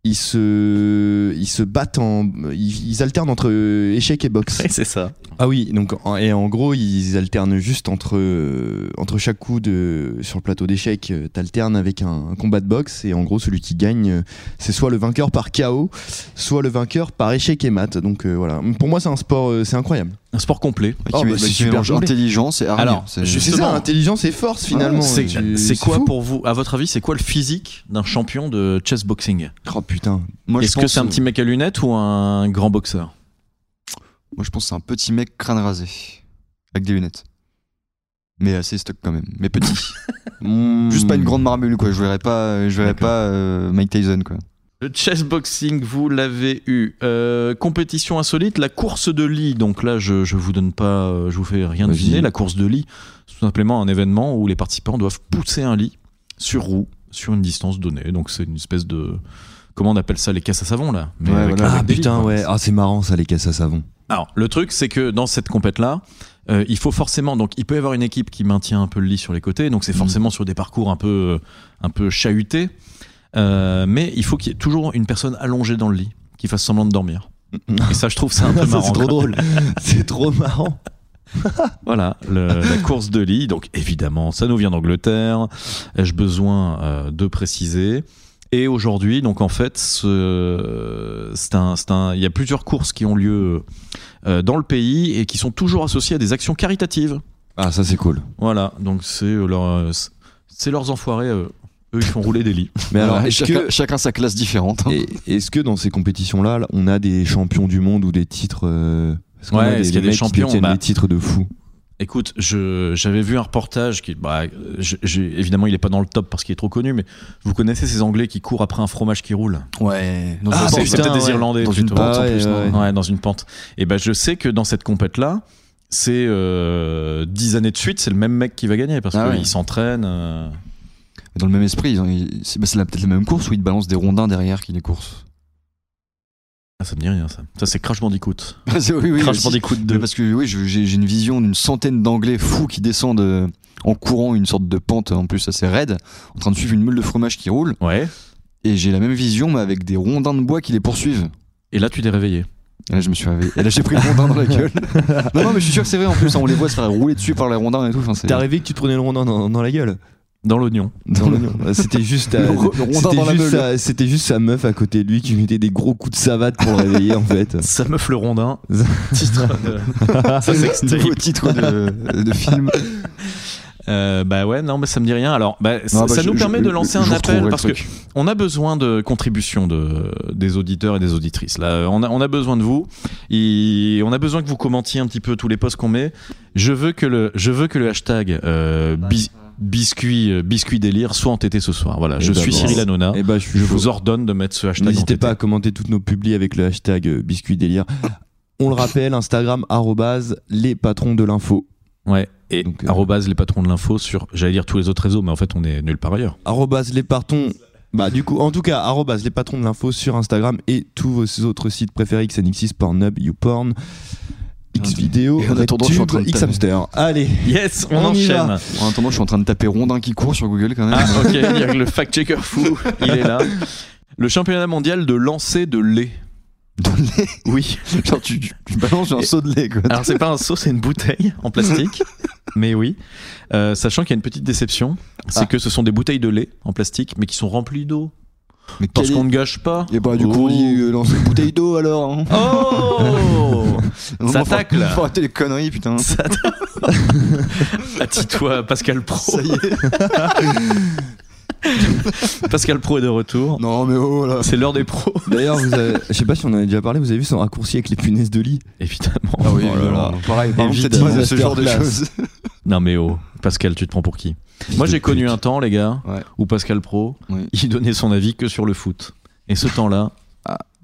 [SPEAKER 5] ils se ils se battent en ils, ils alternent entre euh, échecs et boxe.
[SPEAKER 4] c'est ça.
[SPEAKER 5] Ah oui, donc en- et en gros, ils alternent juste entre euh, entre chaque coup de sur le plateau d'échecs, euh, t'alternes avec un, un combat de boxe et en gros, celui qui gagne euh, c'est soit le vainqueur par KO, soit le vainqueur par échec et mat. Donc euh, voilà, pour moi c'est un sport euh, c'est incroyable.
[SPEAKER 4] Un sport complet.
[SPEAKER 6] Ah, qui
[SPEAKER 5] Oh,
[SPEAKER 6] met-
[SPEAKER 5] bah,
[SPEAKER 6] qui
[SPEAKER 5] c'est super
[SPEAKER 6] mélange
[SPEAKER 5] complet.
[SPEAKER 6] intelligence et hargne.
[SPEAKER 4] Alors,
[SPEAKER 6] C'est-
[SPEAKER 4] je-
[SPEAKER 5] C'est
[SPEAKER 4] Justement.
[SPEAKER 5] ça, intelligence et force finalement.
[SPEAKER 4] C'est
[SPEAKER 5] Tu-
[SPEAKER 4] c'est quoi
[SPEAKER 5] fou.
[SPEAKER 4] pour vous, à votre avis, c'est quoi le physique d'un champion de chess boxing
[SPEAKER 5] Oh putain.
[SPEAKER 6] Moi, je
[SPEAKER 4] Est-ce que
[SPEAKER 6] pense-
[SPEAKER 4] c'est un petit mec à lunettes ou un grand boxeur
[SPEAKER 6] Moi, je pense que c'est un petit mec crâne rasé. Avec des lunettes. Mais assez stock quand même. Mais petit. Juste pas une grande marmule, quoi. Je verrais pas, je verrais
[SPEAKER 4] D'accord.
[SPEAKER 6] pas euh, Mike Tyson, quoi.
[SPEAKER 4] Le chess boxing, vous l'avez eu. Euh, compétition insolite, la course de lit. Donc là, je, je vous donne pas, euh, je vous fais rien
[SPEAKER 5] Vas-y.
[SPEAKER 4] deviner. La course de lit, c'est tout simplement un événement où les participants doivent pousser un lit sur roue sur une distance donnée. Donc c'est une espèce de comment on appelle ça les casses à savon là. Mais
[SPEAKER 5] Ouais,
[SPEAKER 4] avec
[SPEAKER 5] voilà.
[SPEAKER 4] un
[SPEAKER 5] Ah
[SPEAKER 4] lit,
[SPEAKER 5] putain
[SPEAKER 4] quoi.
[SPEAKER 5] [LAUGHS] ouais. Ah c'est marrant ça les caisses à savon.
[SPEAKER 4] Alors, le truc, c'est que dans cette compète-là, euh, il faut forcément. Donc, il peut y avoir une équipe qui maintient un peu le lit sur les côtés. Donc, c'est
[SPEAKER 5] Mm.
[SPEAKER 4] forcément sur des parcours un peu, un peu chahutés. Euh, mais il faut qu'il y ait toujours une personne allongée dans le lit qui fasse semblant de dormir. Et ça, je trouve ça un peu
[SPEAKER 5] Mm. [LAUGHS] Ça,
[SPEAKER 4] marrant.
[SPEAKER 5] c'est trop
[SPEAKER 4] quoi.
[SPEAKER 5] drôle. c'est trop marrant.
[SPEAKER 4] Voilà, le- la course de lit. Donc évidemment, ça nous vient d'Angleterre. Ai-je besoin euh, de préciser Et aujourd'hui, donc en fait, ce- c'est un- c'est un- il y a plusieurs courses qui ont lieu euh, dans le pays et qui sont toujours associées à des actions caritatives.
[SPEAKER 6] Ah, ça c'est cool.
[SPEAKER 4] Voilà, donc c'est leur, euh, c'est leurs enfoirés. euh, eux, ils font rouler des lits.
[SPEAKER 5] Mais alors,
[SPEAKER 6] Ouais,
[SPEAKER 5] est-ce
[SPEAKER 6] chacun,
[SPEAKER 5] que,
[SPEAKER 6] chacun sa classe différente. hein.
[SPEAKER 5] et- est-ce que dans ces compétitions-là, là, on a des champions du monde ou des titres euh, est-ce qu'on
[SPEAKER 4] Ouais,
[SPEAKER 5] a
[SPEAKER 4] est-ce qu'il y a des
[SPEAKER 5] mecs qui
[SPEAKER 4] champions
[SPEAKER 5] détiennent
[SPEAKER 4] Bah-
[SPEAKER 5] des titres de fou.
[SPEAKER 4] Écoute, je- j'avais vu un reportage qui, bah, je- j'ai- évidemment, il n'est pas dans le top parce qu'il est trop connu, mais vous connaissez ces Anglais qui courent après un fromage qui roule
[SPEAKER 6] Ouais. Dans
[SPEAKER 4] Ah,
[SPEAKER 6] une
[SPEAKER 4] c'est
[SPEAKER 6] pente,
[SPEAKER 4] putain,
[SPEAKER 6] peut-être
[SPEAKER 4] ouais.
[SPEAKER 6] Dans une
[SPEAKER 4] plutôt.
[SPEAKER 6] pente en
[SPEAKER 5] Ah,
[SPEAKER 6] plus.
[SPEAKER 5] ouais,
[SPEAKER 6] non
[SPEAKER 5] ouais.
[SPEAKER 4] Ouais, dans une pente. Et ben je sais que dans cette compète là, c'est euh, 10 années de suite, c'est le même mec qui va gagner parce
[SPEAKER 6] Ah ouais.
[SPEAKER 4] qu'il s'entraîne. euh.
[SPEAKER 6] Dans le même esprit, ils ont- ils- c'est bah, c'est la- peut-être la même course où ils te balancent des rondins derrière qui les courses.
[SPEAKER 4] Ah, ça me dit rien ça. Ça c'est Crash Bandicoot.
[SPEAKER 6] C'est- oui, oui,
[SPEAKER 4] Crash
[SPEAKER 6] aussi.
[SPEAKER 4] Bandicoot
[SPEAKER 6] Mais
[SPEAKER 4] 2.
[SPEAKER 6] parce que oui, je- j'ai j'ai une vision d'une centaine d'anglais fous qui descendent euh, en courant une sorte de pente en plus assez raide, en train de suivre une meule de fromage qui roule.
[SPEAKER 4] Ouais.
[SPEAKER 6] Et j'ai la même vision, mais avec des rondins de bois qui les poursuivent.
[SPEAKER 4] Et là tu t'es réveillé.
[SPEAKER 6] Et là, je me suis réveillé. Et là, j'ai pris le rondin dans
[SPEAKER 4] [LAUGHS]
[SPEAKER 6] la gueule. non, non, mais je suis sûr que c'est vrai en plus. hein, on les voit se faire rouler dessus par les rondins et tout. Enfin, c'est-
[SPEAKER 5] T'es arrivé que tu te prenais le rondin dans, dans la gueule
[SPEAKER 4] Dans l'oignon.
[SPEAKER 5] Dans l'oignon. Ah, [LAUGHS] C'était juste, à-
[SPEAKER 6] Le ro- le rondin
[SPEAKER 5] c'était
[SPEAKER 6] dans la
[SPEAKER 5] juste
[SPEAKER 6] meule.
[SPEAKER 5] sa- c'était juste sa meuf à côté de lui qui mettait des gros coups de savate pour le réveiller
[SPEAKER 4] [LAUGHS]
[SPEAKER 5] en fait.
[SPEAKER 4] Ça meuf le
[SPEAKER 6] [LAUGHS]
[SPEAKER 4] rondin. Titre [LAUGHS] de- Ça
[SPEAKER 6] C'est
[SPEAKER 4] s'explique.
[SPEAKER 6] nouveau titre de, de film.
[SPEAKER 4] Euh, bah ouais, non, mais ça me dit rien. Alors, bah, ça,
[SPEAKER 6] Non, bah,
[SPEAKER 4] ça
[SPEAKER 6] je-
[SPEAKER 4] nous
[SPEAKER 6] je-
[SPEAKER 4] permet de lancer
[SPEAKER 6] je
[SPEAKER 4] un
[SPEAKER 6] retrouverai
[SPEAKER 4] appel
[SPEAKER 6] le
[SPEAKER 4] parce que
[SPEAKER 6] truc.
[SPEAKER 4] on a besoin de contributions de, des auditeurs et des auditrices. Là, on a, on a besoin de vous. Et on a besoin que vous commentiez un petit peu tous les posts qu'on met. Je veux que le, je veux que le hashtag euh,
[SPEAKER 5] Bah,
[SPEAKER 4] bis- biscuit, euh, biscuit délire soit entêté ce soir. Voilà, je
[SPEAKER 5] Et
[SPEAKER 4] suis
[SPEAKER 5] d'abord,
[SPEAKER 4] Cyril Hanouna.
[SPEAKER 5] Et bah, je suis
[SPEAKER 4] Je
[SPEAKER 5] chaud.
[SPEAKER 4] vous ordonne de mettre ce hashtag.
[SPEAKER 5] N'hésitez
[SPEAKER 4] entêté.
[SPEAKER 5] pas à commenter toutes nos publis avec le hashtag euh, biscuit délire. On le rappelle, Instagram arrobase les patrons de l'info.
[SPEAKER 4] Ouais. Et
[SPEAKER 5] Donc, euh,
[SPEAKER 4] arrobase les patrons de l'info sur, j'allais dire tous les autres réseaux, mais en fait, on est nulle part ailleurs.
[SPEAKER 5] Arrobase les patrons. Bah du coup, en tout cas, arrobase les patrons de l'info sur Instagram et tous vos autres sites préférés XNX6, Pornhub, YouPorn, Xvideo,
[SPEAKER 6] Et en attendant, je suis en train de
[SPEAKER 5] RedTube, Xhamster. Allez,
[SPEAKER 4] Yes,
[SPEAKER 5] on
[SPEAKER 4] on,
[SPEAKER 5] y va.
[SPEAKER 4] enchaîne.
[SPEAKER 6] En attendant, je suis en train de taper rondin qui court sur Google quand même.
[SPEAKER 4] Ah, ok, il y a que le fact-checker fou, il est là. [LAUGHS] Le championnat mondial de lancer de lait.
[SPEAKER 6] Dans le lait.
[SPEAKER 4] Oui.
[SPEAKER 6] [LAUGHS] Genre, tu, tu- tu balances un
[SPEAKER 4] Et-
[SPEAKER 6] seau de lait, quoi.
[SPEAKER 4] Alors, c'est pas un seau, c'est une bouteille en
[SPEAKER 6] [LAUGHS]
[SPEAKER 4] plastique. Mais oui. Euh, sachant qu'il y a une petite déception, c'est
[SPEAKER 6] Ah.
[SPEAKER 4] que ce sont des bouteilles de lait en plastique, mais qui sont remplies d'eau.
[SPEAKER 6] Mais
[SPEAKER 4] Parce
[SPEAKER 6] quel est-
[SPEAKER 4] qu'on ne gâche pas.
[SPEAKER 6] Et bah, du coup, on
[SPEAKER 5] Oh.
[SPEAKER 6] dit euh, lance une bouteille d'eau alors. hein.
[SPEAKER 5] [LAUGHS]
[SPEAKER 6] [LAUGHS]
[SPEAKER 4] Oh Ça
[SPEAKER 6] Enfin,
[SPEAKER 4] tacle.
[SPEAKER 6] Faut arrêter les conneries, putain.
[SPEAKER 4] Ça Attends. toi Pascal Pro.
[SPEAKER 6] Ça y est.
[SPEAKER 4] [LAUGHS] Pascal Pro est de retour.
[SPEAKER 6] Non, mais oh là.
[SPEAKER 4] C'est l'heure des pros.
[SPEAKER 5] d'ailleurs, vous avez- je sais pas si on en a déjà parlé, vous avez vu son raccourci avec les punaises de lit
[SPEAKER 4] Évidemment.
[SPEAKER 6] Ah oui,
[SPEAKER 5] Oh là là.
[SPEAKER 6] pareil,
[SPEAKER 5] par contre, cette phrase,
[SPEAKER 6] ce genre de
[SPEAKER 5] masterclass.
[SPEAKER 6] choses.
[SPEAKER 4] Non mais oh, Pascal, tu te prends pour qui Moi j'ai connu un temps, les gars,
[SPEAKER 6] Ouais.
[SPEAKER 4] où Pascal Pro,
[SPEAKER 6] Oui.
[SPEAKER 4] il donnait son avis que sur le foot. Et ce temps-là,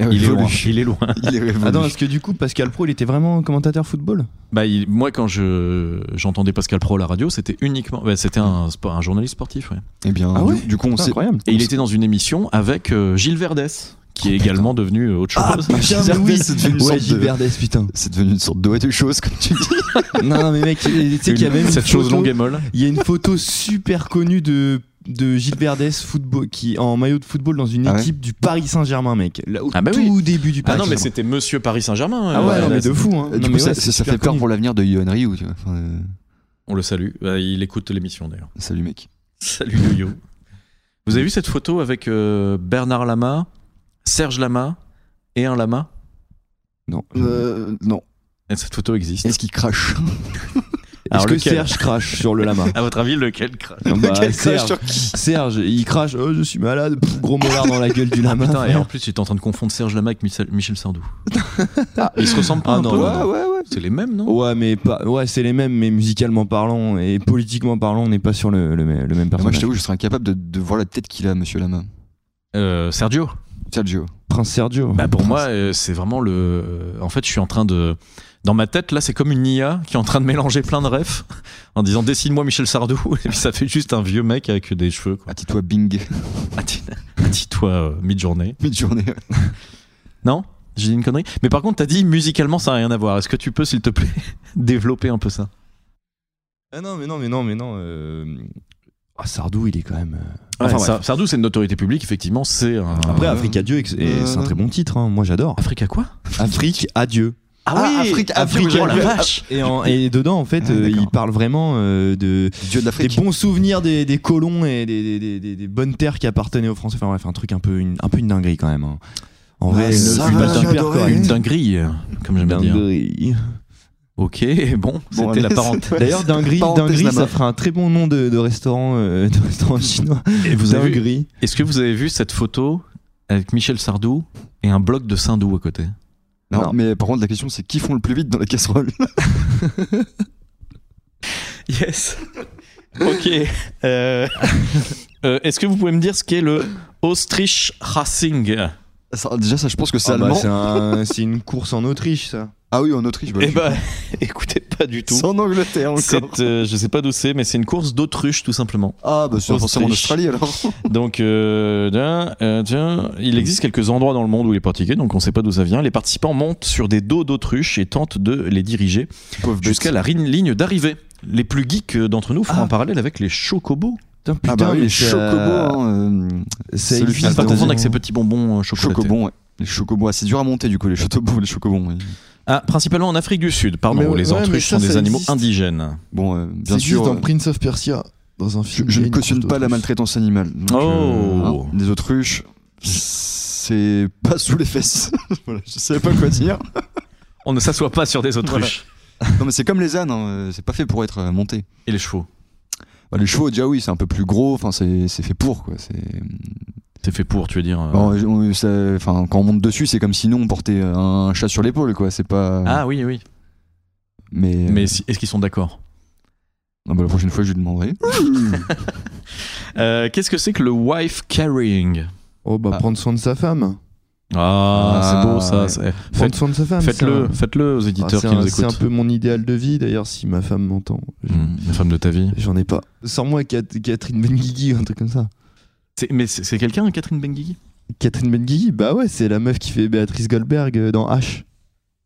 [SPEAKER 4] il
[SPEAKER 6] Il
[SPEAKER 4] est
[SPEAKER 6] est
[SPEAKER 4] loin.
[SPEAKER 6] révolu.
[SPEAKER 4] Il est loin.
[SPEAKER 6] Il est révolu.
[SPEAKER 5] Attends, est-ce que du coup, Pascal Pro, il était vraiment commentateur football
[SPEAKER 4] Bah, il- moi quand je j'entendais Pascal Pro à la radio, c'était uniquement, bah, c'était un, spo- un journaliste sportif. ouais.
[SPEAKER 6] Eh bien,
[SPEAKER 5] Ah
[SPEAKER 6] du-
[SPEAKER 5] ouais
[SPEAKER 6] du, coup, on
[SPEAKER 5] C'est
[SPEAKER 6] sait.
[SPEAKER 5] incroyable.
[SPEAKER 4] Et il était dans une émission avec euh, Gilles Verdès, qui est également devenu euh, autre chose.
[SPEAKER 6] [LAUGHS]
[SPEAKER 5] Putain, mais
[SPEAKER 6] Gilles
[SPEAKER 5] oui,
[SPEAKER 6] Verdès, c'est devenu une
[SPEAKER 5] ouais,
[SPEAKER 6] sorte
[SPEAKER 5] Gilles
[SPEAKER 6] de-
[SPEAKER 5] Verdès, putain.
[SPEAKER 6] C'est devenu une sorte de ouais de choses, comme tu [LAUGHS] dis.
[SPEAKER 5] Non, non, mais mec, tu sais
[SPEAKER 4] Une-
[SPEAKER 5] qu'il y a même une
[SPEAKER 4] cette chose
[SPEAKER 5] photo-
[SPEAKER 4] longue et molle.
[SPEAKER 5] Il y a une photo super connue de de Gilles Verdès football qui en maillot de football dans une
[SPEAKER 6] Ah ouais
[SPEAKER 5] équipe du Paris Saint-Germain mec là au
[SPEAKER 4] Ah bah
[SPEAKER 5] tout début du
[SPEAKER 4] Ah
[SPEAKER 5] Paris
[SPEAKER 4] non mais
[SPEAKER 5] Saint-Germain.
[SPEAKER 4] c'était Monsieur Paris Saint-Germain.
[SPEAKER 5] ah
[SPEAKER 4] euh,
[SPEAKER 5] ouais non, mais
[SPEAKER 4] Verdès.
[SPEAKER 5] de fou hein.
[SPEAKER 6] Du
[SPEAKER 5] Non,
[SPEAKER 6] coup,
[SPEAKER 5] mais
[SPEAKER 6] ça,
[SPEAKER 5] ouais,
[SPEAKER 6] ça-
[SPEAKER 5] c'est
[SPEAKER 6] ça
[SPEAKER 5] super
[SPEAKER 6] fait peur
[SPEAKER 5] connu.
[SPEAKER 6] pour l'avenir de Yohan Ryu, tu vois. Enfin, euh,
[SPEAKER 4] On le salue. Bah, il écoute l'émission d'ailleurs.
[SPEAKER 6] salut, mec.
[SPEAKER 4] [LAUGHS] Salut Yo-Yo. Vous avez vu cette photo avec euh, Bernard Lama, Serge Lama et un lama
[SPEAKER 5] non
[SPEAKER 6] Euh, non.
[SPEAKER 4] Et Cette photo existe.
[SPEAKER 6] Est-ce qu'il crache
[SPEAKER 5] est-ce
[SPEAKER 4] Alors,
[SPEAKER 5] que
[SPEAKER 4] lequel
[SPEAKER 5] Serge crache sur le
[SPEAKER 4] [LAUGHS]
[SPEAKER 5] lama
[SPEAKER 4] À votre avis, lequel crache
[SPEAKER 5] Non,
[SPEAKER 6] [LAUGHS]
[SPEAKER 5] bah, Serge,
[SPEAKER 6] sur qui
[SPEAKER 5] Serge, il crache oh, je suis malade Pff, gros molar dans la gueule du lama
[SPEAKER 4] Putain, et en plus, tu es en train de confondre Serge Lama avec Michel, Michel Sardou. [LAUGHS] Ils se ressemblent pas
[SPEAKER 5] Ah
[SPEAKER 4] un
[SPEAKER 5] non,
[SPEAKER 4] peu hein.
[SPEAKER 5] non,
[SPEAKER 6] Ouais, ouais, ouais.
[SPEAKER 4] C'est les mêmes, non
[SPEAKER 5] ouais mais pas ouais c'est les mêmes mais musicalement parlant et politiquement parlant on n'est pas sur le, le, mê- le
[SPEAKER 6] Moi, je
[SPEAKER 5] même personnage
[SPEAKER 6] t'avoue, je serais incapable de, de voir la tête qu'il a, monsieur Lama.
[SPEAKER 4] Euh, Sergio
[SPEAKER 6] Sergio.
[SPEAKER 5] Prince Sergio
[SPEAKER 4] Bah, Pour moi, euh, c'est vraiment le. euh, En fait, je suis en train de. Dans ma tête, là, c'est comme une IA qui est en train de mélanger plein de refs [LAUGHS] en disant dessine-moi Michel Sardou. [LAUGHS] Et puis ça fait juste un vieux mec avec des cheveux. quoi.
[SPEAKER 6] Attends-toi, Bing. [LAUGHS]
[SPEAKER 4] Ah, Atti- Attends-toi, euh, mid-journée.
[SPEAKER 6] Mid-journée.
[SPEAKER 4] Non J'ai dit une connerie. Mais par contre, t'as dit musicalement, ça n'a rien à voir. Est-ce que tu peux, s'il te plaît, [LAUGHS] développer un peu ça
[SPEAKER 5] Ah non, mais non, mais non, mais non. euh, Ah, Sardou, il est quand même. euh,
[SPEAKER 4] Enfin,
[SPEAKER 5] Enfin,
[SPEAKER 4] Sa- Sardou, c'est une notoriété publique, effectivement. C'est un.
[SPEAKER 5] Après, Afrique Adieu, ex- et c'est un très bon titre, hein, moi [LAUGHS] j'adore.
[SPEAKER 4] Afrique à quoi
[SPEAKER 5] Afrique Adieu.
[SPEAKER 6] Ah, Afrique, Afrique,
[SPEAKER 4] Oh la
[SPEAKER 6] Adieu.
[SPEAKER 4] vache
[SPEAKER 5] Et, en- et dedans, en fait,
[SPEAKER 6] Ah,
[SPEAKER 5] euh,
[SPEAKER 6] d'accord.
[SPEAKER 5] il parle vraiment euh, de,
[SPEAKER 6] Dieu de
[SPEAKER 5] des
[SPEAKER 6] l'Afrique.
[SPEAKER 5] bons souvenirs des, des colons et des, des- des- des- des bonnes terres qui appartenaient aux Français. Enfin bref, un truc un peu une, un peu une dinguerie quand même. hein. En
[SPEAKER 6] Ah,
[SPEAKER 5] vrai, le-
[SPEAKER 6] ça
[SPEAKER 5] le
[SPEAKER 6] va,
[SPEAKER 5] super,
[SPEAKER 6] j'ai adoré.
[SPEAKER 5] quoi.
[SPEAKER 4] Une dinguerie, euh, comme j'aime bien dire.
[SPEAKER 5] Dinguerie.
[SPEAKER 4] Ok, [LAUGHS] bon, c'était
[SPEAKER 6] allez,
[SPEAKER 4] la
[SPEAKER 6] [LAUGHS] c'est-
[SPEAKER 4] parenthèse.
[SPEAKER 5] D'ailleurs, dinguerie,
[SPEAKER 6] Parenthèse
[SPEAKER 5] dinguerie, ça
[SPEAKER 6] d'abord.
[SPEAKER 5] fera un très bon nom de, de restaurant, euh, [LAUGHS] de restaurant chinois.
[SPEAKER 4] Et vous avez vu-
[SPEAKER 5] Dinguerie.
[SPEAKER 4] Est-ce que vous avez vu cette photo avec Michel Sardou et un bloc de Sindou à côté
[SPEAKER 6] Non,
[SPEAKER 5] Non.
[SPEAKER 6] mais par contre, la question, c'est qui font le plus vite dans la casserole [LAUGHS]
[SPEAKER 4] Yes. ok. Euh, euh, Est-ce que vous pouvez me dire ce qu'est le Ostrich Racing
[SPEAKER 6] Ça, Déjà, ça, je pense que c'est
[SPEAKER 5] Ah bah,
[SPEAKER 6] allemand.
[SPEAKER 5] c'est un- [LAUGHS] c'est une course en Autriche, ça.
[SPEAKER 6] ah oui, en Autriche. bah,
[SPEAKER 4] Eh
[SPEAKER 6] je-
[SPEAKER 4] ben, [LAUGHS] écoutez, pas du tout.
[SPEAKER 6] c'est en Angleterre encore.
[SPEAKER 4] C'est, euh, je sais pas d'où c'est, mais c'est une course d'autruche tout simplement.
[SPEAKER 6] Ah, bah, c'est forcément en
[SPEAKER 4] Autriche.
[SPEAKER 6] Australie alors.
[SPEAKER 4] Donc, euh, tiens, euh, tiens, il existe quelques endroits dans le monde où il est pratiqué, donc on sait pas d'où ça vient. Les participants montent sur des dos d'autruche et tentent de les diriger
[SPEAKER 6] Pauvre bête.
[SPEAKER 4] jusqu'à la ri- ligne d'arrivée. Les plus geeks euh, d'entre nous font
[SPEAKER 5] Ah.
[SPEAKER 4] un parallèle avec les chocobos.
[SPEAKER 5] Putain,
[SPEAKER 6] Ah bah oui, les
[SPEAKER 5] mais ça-
[SPEAKER 6] chocobos. Hein, euh,
[SPEAKER 5] ça
[SPEAKER 6] c'est le
[SPEAKER 5] existe
[SPEAKER 6] fils
[SPEAKER 4] À ne pas
[SPEAKER 5] dans-
[SPEAKER 4] confondre avec ces petits bonbons euh, chocolatés.
[SPEAKER 6] chocobons, ouais. Les chocobons, ah, c'est dur à monter du coup, les chocobons, les chocobons. oui.
[SPEAKER 4] Ah, principalement en Afrique du Sud, pardon,
[SPEAKER 5] Mais
[SPEAKER 4] où
[SPEAKER 5] ouais,
[SPEAKER 4] les
[SPEAKER 5] ouais, mais
[SPEAKER 4] autruches
[SPEAKER 5] ça,
[SPEAKER 4] sont des
[SPEAKER 5] ça
[SPEAKER 4] animaux
[SPEAKER 5] existe.
[SPEAKER 4] indigènes.
[SPEAKER 6] Bon, euh,
[SPEAKER 5] Ça
[SPEAKER 6] bien
[SPEAKER 5] existe
[SPEAKER 6] sûr.
[SPEAKER 5] dans
[SPEAKER 6] euh,
[SPEAKER 5] Prince of Persia, dans un
[SPEAKER 6] je,
[SPEAKER 5] film.
[SPEAKER 6] je
[SPEAKER 5] il y a
[SPEAKER 6] ne
[SPEAKER 5] une
[SPEAKER 6] cautionne
[SPEAKER 5] course
[SPEAKER 6] pas la
[SPEAKER 5] d'autruche.
[SPEAKER 6] maltraitance animale. Donc, euh, hein,
[SPEAKER 4] Oh.
[SPEAKER 6] des autruches, c'est pas sous les fesses. [LAUGHS] voilà, je savais pas quoi dire.
[SPEAKER 4] On ne s'assoit pas sur des autruches.
[SPEAKER 6] Non, mais c'est comme les ânes, hein, euh, c'est pas fait pour être euh, monté.
[SPEAKER 4] Et les chevaux.
[SPEAKER 6] Bah, les chevaux, déjà oui, c'est un peu plus gros, enfin c'est c'est fait pour quoi. C'est
[SPEAKER 4] C'est fait pour, tu veux dire. euh,
[SPEAKER 6] Bon, on- ça- enfin, quand on monte dessus, c'est comme si nous on portait un chat sur l'épaule, quoi. C'est pas.
[SPEAKER 4] Ah oui, oui.
[SPEAKER 6] mais. euh,
[SPEAKER 4] Mais si- est-ce qu'ils sont d'accord
[SPEAKER 6] Non, bah, la prochaine fois, je lui demanderai.
[SPEAKER 4] Euh, Qu'est-ce que c'est que le wife carrying
[SPEAKER 5] Oh bah
[SPEAKER 6] Ah.
[SPEAKER 5] prendre soin de sa femme.
[SPEAKER 4] Ah,
[SPEAKER 6] Ah,
[SPEAKER 4] c'est beau ça.
[SPEAKER 6] ouais.
[SPEAKER 4] c'est-
[SPEAKER 5] Prendre
[SPEAKER 4] Faites-
[SPEAKER 5] soin de sa femme.
[SPEAKER 4] Faites-le,
[SPEAKER 5] Ah, c'est un-
[SPEAKER 4] faites-le aux
[SPEAKER 5] Ah,
[SPEAKER 4] éditeurs
[SPEAKER 5] c'est
[SPEAKER 4] qui
[SPEAKER 5] un-
[SPEAKER 4] nous
[SPEAKER 5] C'est un
[SPEAKER 4] écoutent.
[SPEAKER 5] peu mon idéal de vie d'ailleurs si ma femme m'entend. Je-
[SPEAKER 4] Mmh, la femme de ta vie.
[SPEAKER 5] J'en ai pas. Sors-moi Cat- Catherine Benguigui, un truc comme ça.
[SPEAKER 4] C'est- Mais c'est c'est quelqu'un, Catherine Benguigui
[SPEAKER 5] Catherine Benguigui, bah ouais, c'est la meuf qui fait Béatrice Goldberg euh, dans H.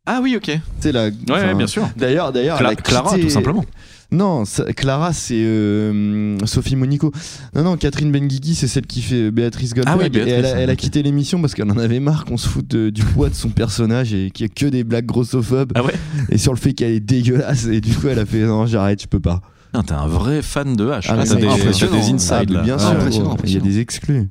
[SPEAKER 4] Ah oui, ok. Ouais,
[SPEAKER 5] C'est la. enfin,
[SPEAKER 4] ouais, bien sûr.
[SPEAKER 5] D'ailleurs, d'ailleurs,
[SPEAKER 4] Cla-
[SPEAKER 5] elle a
[SPEAKER 4] Clara,
[SPEAKER 5] quitté-
[SPEAKER 4] tout simplement.
[SPEAKER 5] Non, ça- Clara, c'est euh, Sophie Monico. Non, non, Catherine Benguigui, c'est celle qui fait euh, Béatrice Goldberg.
[SPEAKER 4] Ah oui, Béatrice,
[SPEAKER 5] et elle a, elle a
[SPEAKER 4] ok.
[SPEAKER 5] quitté l'émission parce qu'elle en avait marre qu'on se foute de- du poids de son personnage et qu'il y a que des blagues grossophobes
[SPEAKER 4] Ah ouais
[SPEAKER 5] et sur le fait qu'elle est dégueulasse. Et du coup, elle a fait non, j'arrête, je peux pas.
[SPEAKER 4] Putain, T'es un vrai fan de H.
[SPEAKER 5] Ah,
[SPEAKER 4] Là,
[SPEAKER 5] mais
[SPEAKER 4] T'as
[SPEAKER 5] c'est
[SPEAKER 4] des,
[SPEAKER 6] impressionnant.
[SPEAKER 4] t'as des insides.
[SPEAKER 5] Ah, mais
[SPEAKER 4] là.
[SPEAKER 5] bien
[SPEAKER 4] Ah,
[SPEAKER 5] sûr,
[SPEAKER 4] ouais.
[SPEAKER 6] impressionnant,
[SPEAKER 5] ouais, il y a
[SPEAKER 6] impressionnant.
[SPEAKER 5] des exclus.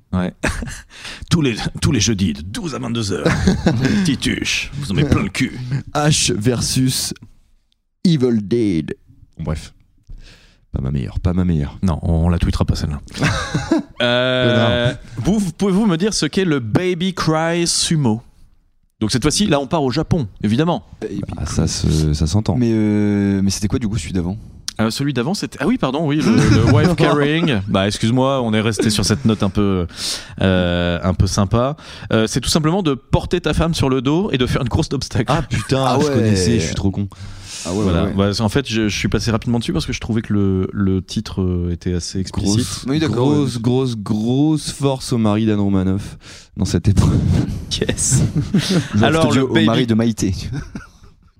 [SPEAKER 4] tous, les, tous les jeudis de 12 à 22h.
[SPEAKER 5] [LAUGHS]
[SPEAKER 4] Tituche, vous en mettez plein le cul.
[SPEAKER 5] H versus Evil Dead. Bon, bref. Pas ma meilleure, pas ma meilleure.
[SPEAKER 4] Non, on la tweetera pas
[SPEAKER 5] [LAUGHS]
[SPEAKER 4] celle-là. Euh, vous, vous- pouvez-vous me dire ce qu'est le Baby Cry Sumo Donc cette fois-ci, là on part au Japon, évidemment.
[SPEAKER 5] Ah, ça se- ça s'entend.
[SPEAKER 6] Mais, euh, mais c'était quoi du coup celui d'avant
[SPEAKER 4] Euh, celui d'avant, c'était... Ah oui, pardon, oui, le,
[SPEAKER 5] [LAUGHS]
[SPEAKER 4] le Wife Carrying. Bah excuse-moi, on est resté sur cette note un peu, euh, un peu sympa. Euh, c'est tout simplement de porter ta femme sur le dos et de faire une course d'obstacles.
[SPEAKER 5] Ah putain,
[SPEAKER 6] Ah
[SPEAKER 5] je
[SPEAKER 6] ouais.
[SPEAKER 5] connaissais, je suis trop con.
[SPEAKER 6] Ah ouais,
[SPEAKER 4] Voilà. Bah, c'est- en fait, je, je suis passé rapidement dessus parce que je trouvais que le, le titre euh, était assez explicite.
[SPEAKER 5] Grosse,
[SPEAKER 6] Oui, d'accord,
[SPEAKER 5] grosse, grosse, grosse force au mari d'Anne Romanoff dans cette épreuve.
[SPEAKER 4] Yes.
[SPEAKER 6] Alors,
[SPEAKER 4] Alors,
[SPEAKER 6] le
[SPEAKER 4] le
[SPEAKER 6] au
[SPEAKER 4] baby-
[SPEAKER 6] mari de Maïté.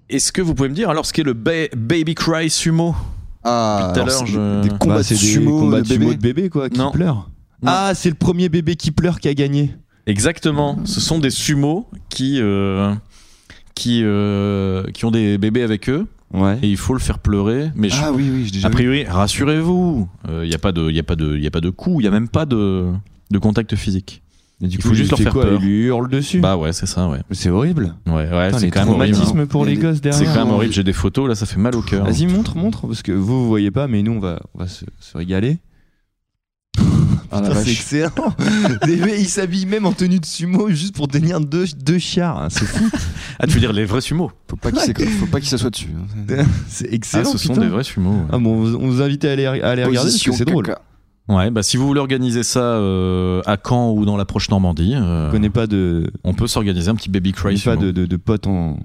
[SPEAKER 4] Est-ce que vous pouvez me dire alors ce qu'est le ba- Baby Cry Sumo
[SPEAKER 6] Ah,
[SPEAKER 4] Depuis tout à
[SPEAKER 6] alors,
[SPEAKER 4] l'heure,
[SPEAKER 6] c'est
[SPEAKER 4] je-
[SPEAKER 6] des, des combats
[SPEAKER 5] Bah,
[SPEAKER 6] de
[SPEAKER 5] c'est des
[SPEAKER 6] sumo, de
[SPEAKER 5] combats de sumo
[SPEAKER 6] bébé.
[SPEAKER 5] de bébé, quoi, qui
[SPEAKER 4] Non.
[SPEAKER 5] pleure.
[SPEAKER 4] Non.
[SPEAKER 5] Ah, c'est le premier bébé qui pleure qui a gagné.
[SPEAKER 4] Exactement. Ce sont des sumos qui, euh, qui, euh, qui ont des bébés avec eux
[SPEAKER 5] Ouais.
[SPEAKER 4] et il faut le faire pleurer. Mais je-
[SPEAKER 6] Ah oui, oui, j'ai déjà
[SPEAKER 4] a
[SPEAKER 6] vu.
[SPEAKER 4] priori, rassurez-vous, euh, il n'y a pas de, il a pas de, il a pas de coup, il y a même pas de, de contact physique.
[SPEAKER 5] Et du
[SPEAKER 4] Il faut juste
[SPEAKER 5] il
[SPEAKER 4] leur
[SPEAKER 5] fait
[SPEAKER 4] faire
[SPEAKER 5] quoi
[SPEAKER 4] peur.
[SPEAKER 5] Il lui hurle
[SPEAKER 6] Mmh.
[SPEAKER 5] dessus.
[SPEAKER 4] Bah ouais, c'est ça, ouais,
[SPEAKER 5] Mais c'est horrible.
[SPEAKER 4] ouais, ouais,
[SPEAKER 5] Putain,
[SPEAKER 4] c'est
[SPEAKER 5] les
[SPEAKER 4] quand même horrible. hein.
[SPEAKER 5] traumatismes pour
[SPEAKER 6] Il y a
[SPEAKER 5] les
[SPEAKER 6] des-
[SPEAKER 5] gosses derrière.
[SPEAKER 4] C'est quand même
[SPEAKER 6] hein.
[SPEAKER 4] horrible. hein. J'ai des photos, là, ça fait mal au cœur.
[SPEAKER 5] Vas-y, montre, montre, parce que vous, vous voyez pas, mais nous, on va, on va se, se régaler.
[SPEAKER 6] Ah, la
[SPEAKER 5] Putain, c'est
[SPEAKER 6] vache.
[SPEAKER 5] excellent. [LAUGHS] Des mecs, ils s'habillent même en tenue de sumo juste pour tenir deux, deux chars. hein. C'est fou.
[SPEAKER 4] Ah, tu veux dire les vrais sumos
[SPEAKER 6] Faut pas qu'il s'éc- faut pas qu'il s'assoie dessus. hein.
[SPEAKER 5] C'est
[SPEAKER 4] Ah,
[SPEAKER 5] excellent.
[SPEAKER 4] ce sont
[SPEAKER 5] putain.
[SPEAKER 4] des vrais sumos. ouais.
[SPEAKER 5] Ah bon, on vous- on vous invite à aller, à aller regarder parce que
[SPEAKER 6] Position
[SPEAKER 5] c'est drôle.
[SPEAKER 6] caca.
[SPEAKER 4] Ouais, bah si vous voulez organiser ça euh, à Caen ou dans la proche Normandie, euh,
[SPEAKER 5] Je connais pas de,
[SPEAKER 4] on peut s'organiser un petit baby
[SPEAKER 5] je
[SPEAKER 4] cry.
[SPEAKER 5] connais pas
[SPEAKER 4] sumo.
[SPEAKER 5] de, de, de potes en,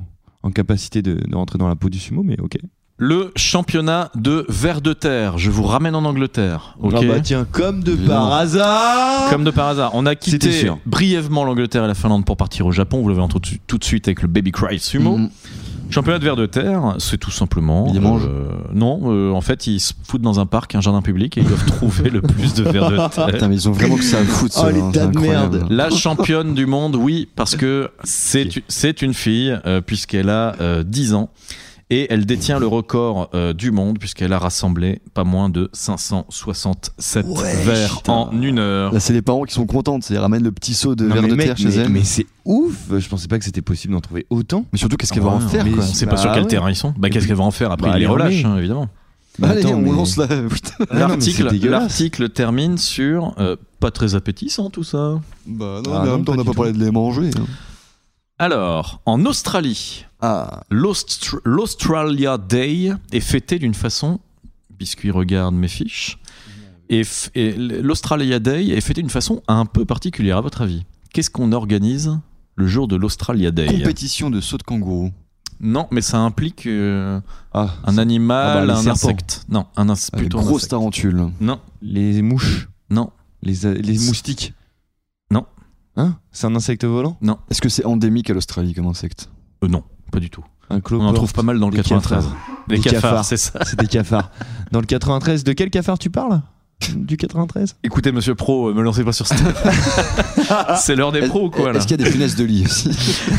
[SPEAKER 5] en capacité de, de rentrer dans la peau du sumo, mais ok.
[SPEAKER 4] le championnat de vers de terre. Je vous ramène en Angleterre. ok
[SPEAKER 5] Ah bah tiens, comme de
[SPEAKER 6] Évidemment.
[SPEAKER 5] par hasard [LAUGHS]
[SPEAKER 4] Comme de par hasard, on a
[SPEAKER 5] C'était
[SPEAKER 4] quitté
[SPEAKER 5] sûr.
[SPEAKER 4] brièvement l'Angleterre et la Finlande pour partir au Japon. Vous l'avez entendu tout, de suite avec le Baby Cry Sumo.
[SPEAKER 5] Mm.
[SPEAKER 6] Mhm.
[SPEAKER 4] Championnat de vers de terre, c'est tout simplement.
[SPEAKER 6] Ils les mangent
[SPEAKER 4] Non, euh, en fait, ils se foutent dans un parc, un jardin public et ils doivent [LAUGHS] trouver le plus de
[SPEAKER 5] [LAUGHS]
[SPEAKER 4] vers de terre.
[SPEAKER 6] Putain, mais ils ont vraiment que ça à foutre.
[SPEAKER 5] Oh,
[SPEAKER 6] ceux-là,
[SPEAKER 5] les
[SPEAKER 6] hein,
[SPEAKER 5] tas
[SPEAKER 6] c'est
[SPEAKER 5] de
[SPEAKER 6] incroyable.
[SPEAKER 5] merde.
[SPEAKER 4] La championne du monde, oui, parce que c'est c'est une fille, euh, puisqu'elle a euh, 10 ans. Et elle détient le record euh, du monde, puisqu'elle a rassemblé pas moins de 567
[SPEAKER 6] Ouais,
[SPEAKER 4] vers
[SPEAKER 6] putain.
[SPEAKER 4] en une heure.
[SPEAKER 6] Là, c'est les parents qui sont contents. Ils ramènent le petit seau de
[SPEAKER 5] Non,
[SPEAKER 6] verre
[SPEAKER 5] mais
[SPEAKER 6] de
[SPEAKER 5] mec,
[SPEAKER 6] terre chez
[SPEAKER 5] mais-
[SPEAKER 6] elles.
[SPEAKER 5] mais c'est ouf Je pensais pas que c'était possible d'en trouver autant.
[SPEAKER 6] Mais surtout, qu'est-ce qu'elle va en
[SPEAKER 4] Ouais,
[SPEAKER 6] faire
[SPEAKER 5] mais
[SPEAKER 6] quoi
[SPEAKER 4] On sait Ah, pas
[SPEAKER 5] Bah
[SPEAKER 4] sur quel
[SPEAKER 5] ouais.
[SPEAKER 4] terrain ils sont. Bah, qu'est-ce qu'elle va en faire après
[SPEAKER 5] Bah,
[SPEAKER 4] Il les
[SPEAKER 5] elle est
[SPEAKER 4] relâche,
[SPEAKER 5] armée.
[SPEAKER 4] hein, évidemment.
[SPEAKER 6] Bah, Allez,
[SPEAKER 5] Attends,
[SPEAKER 6] on
[SPEAKER 5] mais-
[SPEAKER 6] lance là. putain.
[SPEAKER 5] [LAUGHS] Ah non, mais c'est
[SPEAKER 4] L'article
[SPEAKER 5] dégueulasse.
[SPEAKER 4] l'article termine sur euh, pas très appétissant tout ça.
[SPEAKER 6] Bah non,
[SPEAKER 5] Ah
[SPEAKER 6] mais en
[SPEAKER 5] non,
[SPEAKER 6] même temps, on
[SPEAKER 5] pas
[SPEAKER 6] n'a
[SPEAKER 5] du
[SPEAKER 6] pas
[SPEAKER 5] tout.
[SPEAKER 6] parlé de les manger. hein.
[SPEAKER 4] Alors, en Australie,
[SPEAKER 6] Ah,
[SPEAKER 4] l'Aust- l'Australia Day est fêté d'une façon. Biscuit regarde mes fiches. Et, f- et l'Australia Day est fêté d'une façon un peu particulière, à votre avis. Qu'est-ce qu'on organise le jour de l'Australia
[SPEAKER 5] euh,
[SPEAKER 4] Day
[SPEAKER 6] compétition de saut de kangourou.
[SPEAKER 4] Non, mais ça implique euh,
[SPEAKER 5] Ah,
[SPEAKER 4] un
[SPEAKER 5] Ah bah,
[SPEAKER 4] animal,
[SPEAKER 5] les
[SPEAKER 4] un
[SPEAKER 5] serpents.
[SPEAKER 4] insecte. Non, un ins-
[SPEAKER 6] Ah, Les
[SPEAKER 4] plutôt un
[SPEAKER 6] grosses
[SPEAKER 4] insecte.
[SPEAKER 6] tarentules.
[SPEAKER 4] Non,
[SPEAKER 5] les mouches,
[SPEAKER 4] non,
[SPEAKER 5] les, euh, les moustiques.
[SPEAKER 4] Non.
[SPEAKER 5] Hein C'est un insecte volant
[SPEAKER 6] Est-ce que c'est endémique à l'Australie comme insecte
[SPEAKER 4] euh, non, pas du tout.
[SPEAKER 5] Un
[SPEAKER 4] On en trouve pas mal dans le
[SPEAKER 5] Des
[SPEAKER 4] 93.
[SPEAKER 5] cafards.
[SPEAKER 4] Les
[SPEAKER 5] Des
[SPEAKER 4] cafards,
[SPEAKER 5] cafards.
[SPEAKER 4] c'est ça.
[SPEAKER 5] C'est des cafards. Dans le 93, de quel cafard tu parles Du 93
[SPEAKER 4] Écoutez, monsieur Pro, euh, me lancez pas [LAUGHS] sur ça. c'est l'heure des
[SPEAKER 6] Est-
[SPEAKER 4] pros ou quoi là
[SPEAKER 6] Est-ce qu'il y a des punaises de lit aussi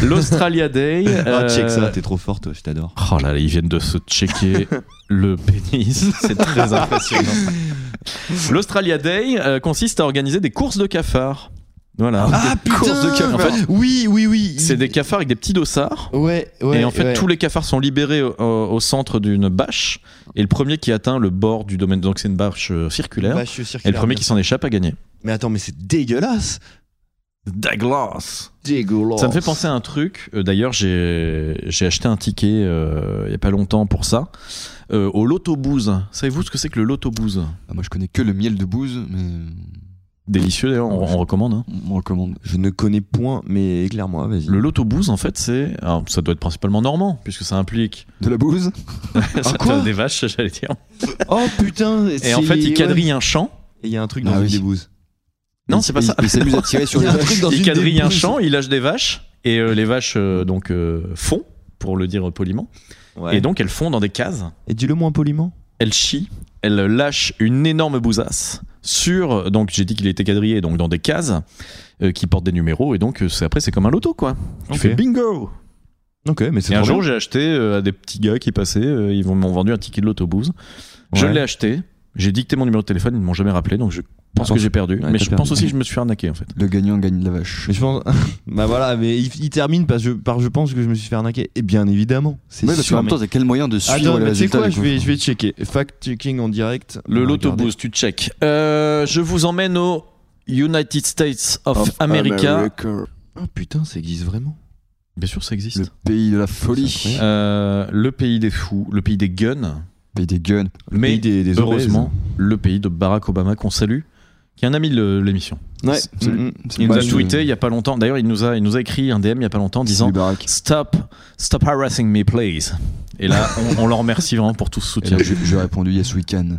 [SPEAKER 4] L'Australia Day.
[SPEAKER 5] Ah,
[SPEAKER 4] euh,
[SPEAKER 5] check ça, t'es trop fort, toi, je t'adore.
[SPEAKER 4] Oh là là, ils viennent de se checker le pénis. C'est très impressionnant. L'Australia Day euh, consiste à organiser des courses de cafards. Voilà.
[SPEAKER 5] putain bah,
[SPEAKER 4] courses de cafards. En fait,
[SPEAKER 5] Oui, oui, oui.
[SPEAKER 4] c'est des cafards avec des petits dossards.
[SPEAKER 5] Ouais, ouais.
[SPEAKER 4] et en fait,
[SPEAKER 5] ouais.
[SPEAKER 4] tous les cafards sont libérés au, au- au centre d'une bâche. Et le premier qui atteint le bord du domaine, donc c'est une bâche euh, circulaire.
[SPEAKER 5] Bah, je suis
[SPEAKER 4] et
[SPEAKER 5] circulaire,
[SPEAKER 4] le premier
[SPEAKER 5] bien
[SPEAKER 4] qui s'en échappe a gagné.
[SPEAKER 5] sûr. Mais attends, mais c'est dégueulasse.
[SPEAKER 4] Douglas.
[SPEAKER 5] Dégueulasse.
[SPEAKER 4] Ça me fait penser à un truc. Euh, D'ailleurs, j'ai j'ai acheté un ticket euh, il n'y a pas longtemps pour ça. Euh, au Lotobooze. Savez-vous ce que c'est que le Lotobooze
[SPEAKER 6] Ah, Moi, je connais que le miel de bouse, mais
[SPEAKER 4] Délicieux d'ailleurs, on, on recommande. hein.
[SPEAKER 6] on me recommande.
[SPEAKER 5] Je ne connais point, mais éclaire-moi, vas-y.
[SPEAKER 4] Le Lotobooze, en fait, c'est. alors, Ça doit être principalement normand, puisque ça implique.
[SPEAKER 6] De la bouse
[SPEAKER 4] [LAUGHS] ça
[SPEAKER 5] Ah, quoi
[SPEAKER 4] doit- des vaches, j'allais dire.
[SPEAKER 5] Oh putain
[SPEAKER 4] Et en fait, il quadrille un champ.
[SPEAKER 5] Il y a un truc
[SPEAKER 6] Ah
[SPEAKER 5] dans
[SPEAKER 6] oui.
[SPEAKER 5] une des bouses.
[SPEAKER 4] Non, c'est pas ça. [LAUGHS]
[SPEAKER 6] Il s'amuse à tirer sur
[SPEAKER 5] Il y
[SPEAKER 6] les
[SPEAKER 5] a un truc dans
[SPEAKER 4] Il
[SPEAKER 5] une
[SPEAKER 4] quadrille
[SPEAKER 5] des
[SPEAKER 4] un
[SPEAKER 5] bouses.
[SPEAKER 4] champ, il lâche des vaches. Et euh, les vaches, euh, donc, euh, font, pour le dire poliment.
[SPEAKER 5] Ouais.
[SPEAKER 4] Et donc, elles font dans des cases.
[SPEAKER 5] Et dis-le moins poliment.
[SPEAKER 4] elle chie, elle lâche une énorme bousasse sur, donc j'ai dit qu'il était quadrillé, donc dans des cases euh, qui portent des numéros, et donc euh, c'est- après c'est comme un loto quoi. Tu
[SPEAKER 5] Ok.
[SPEAKER 4] fais bingo
[SPEAKER 5] Ok, mais c'est
[SPEAKER 4] Et un
[SPEAKER 5] trop
[SPEAKER 4] jour
[SPEAKER 5] bien.
[SPEAKER 4] j'ai acheté euh, à des petits gars qui passaient, euh, ils vont- m'ont vendu un ticket de l'autobus. Je
[SPEAKER 5] Ouais.
[SPEAKER 4] l'ai acheté, j'ai dicté mon numéro de téléphone, ils ne m'ont jamais rappelé, donc je pense
[SPEAKER 5] Ah,
[SPEAKER 4] que j'ai perdu.
[SPEAKER 5] ouais,
[SPEAKER 4] mais
[SPEAKER 5] t'as
[SPEAKER 4] je pense
[SPEAKER 5] perdu.
[SPEAKER 4] aussi que je me suis arnaqué en fait.
[SPEAKER 6] Le gagnant gagne de la vache.
[SPEAKER 5] Mais je pense. [LAUGHS] bah voilà, mais il, il termine parce que par je pense que je me suis fait arnaquer. Et bien évidemment, c'est
[SPEAKER 6] Ouais, parce qu'en
[SPEAKER 5] sûr.
[SPEAKER 6] même temps, t'as quel moyen de
[SPEAKER 5] mais-
[SPEAKER 6] suivre
[SPEAKER 5] Attends,
[SPEAKER 6] les
[SPEAKER 5] mais tu sais
[SPEAKER 6] résultats
[SPEAKER 5] quoi
[SPEAKER 6] du
[SPEAKER 5] je
[SPEAKER 6] coup
[SPEAKER 5] vais, je vais checker. Fact-checking en direct.
[SPEAKER 4] Le
[SPEAKER 5] On va
[SPEAKER 4] l'autobus,
[SPEAKER 5] regarder.
[SPEAKER 4] tu check. Euh, je vous emmène au United States of, America.
[SPEAKER 5] Ah putain, ça existe vraiment.
[SPEAKER 4] Bien sûr ça existe.
[SPEAKER 6] Le pays de la
[SPEAKER 5] C'est
[SPEAKER 6] folie.
[SPEAKER 5] incroyable.
[SPEAKER 4] Euh, le pays des fous, le pays des guns.
[SPEAKER 6] Le pays des guns.
[SPEAKER 4] Mais
[SPEAKER 5] pays des- des
[SPEAKER 4] heureusement, le pays de Barack Obama qu'on salue, qui est un ami de le- l'émission.
[SPEAKER 5] Ouais.
[SPEAKER 6] C'est- c'est-
[SPEAKER 5] Mm, mm.
[SPEAKER 6] c'est euh,
[SPEAKER 4] Il nous
[SPEAKER 6] pas
[SPEAKER 4] a
[SPEAKER 6] le-
[SPEAKER 4] tweeté il y a pas longtemps. D'ailleurs, il nous a il nous a écrit un DM il y a pas longtemps en
[SPEAKER 6] c'est
[SPEAKER 4] disant
[SPEAKER 6] les baraques.
[SPEAKER 4] Stop, stop harassing me, please. Et là, on, on leur remercie vraiment pour tout ce
[SPEAKER 6] Et
[SPEAKER 4] soutien.
[SPEAKER 6] là, J'ai j'ai répondu yes we can.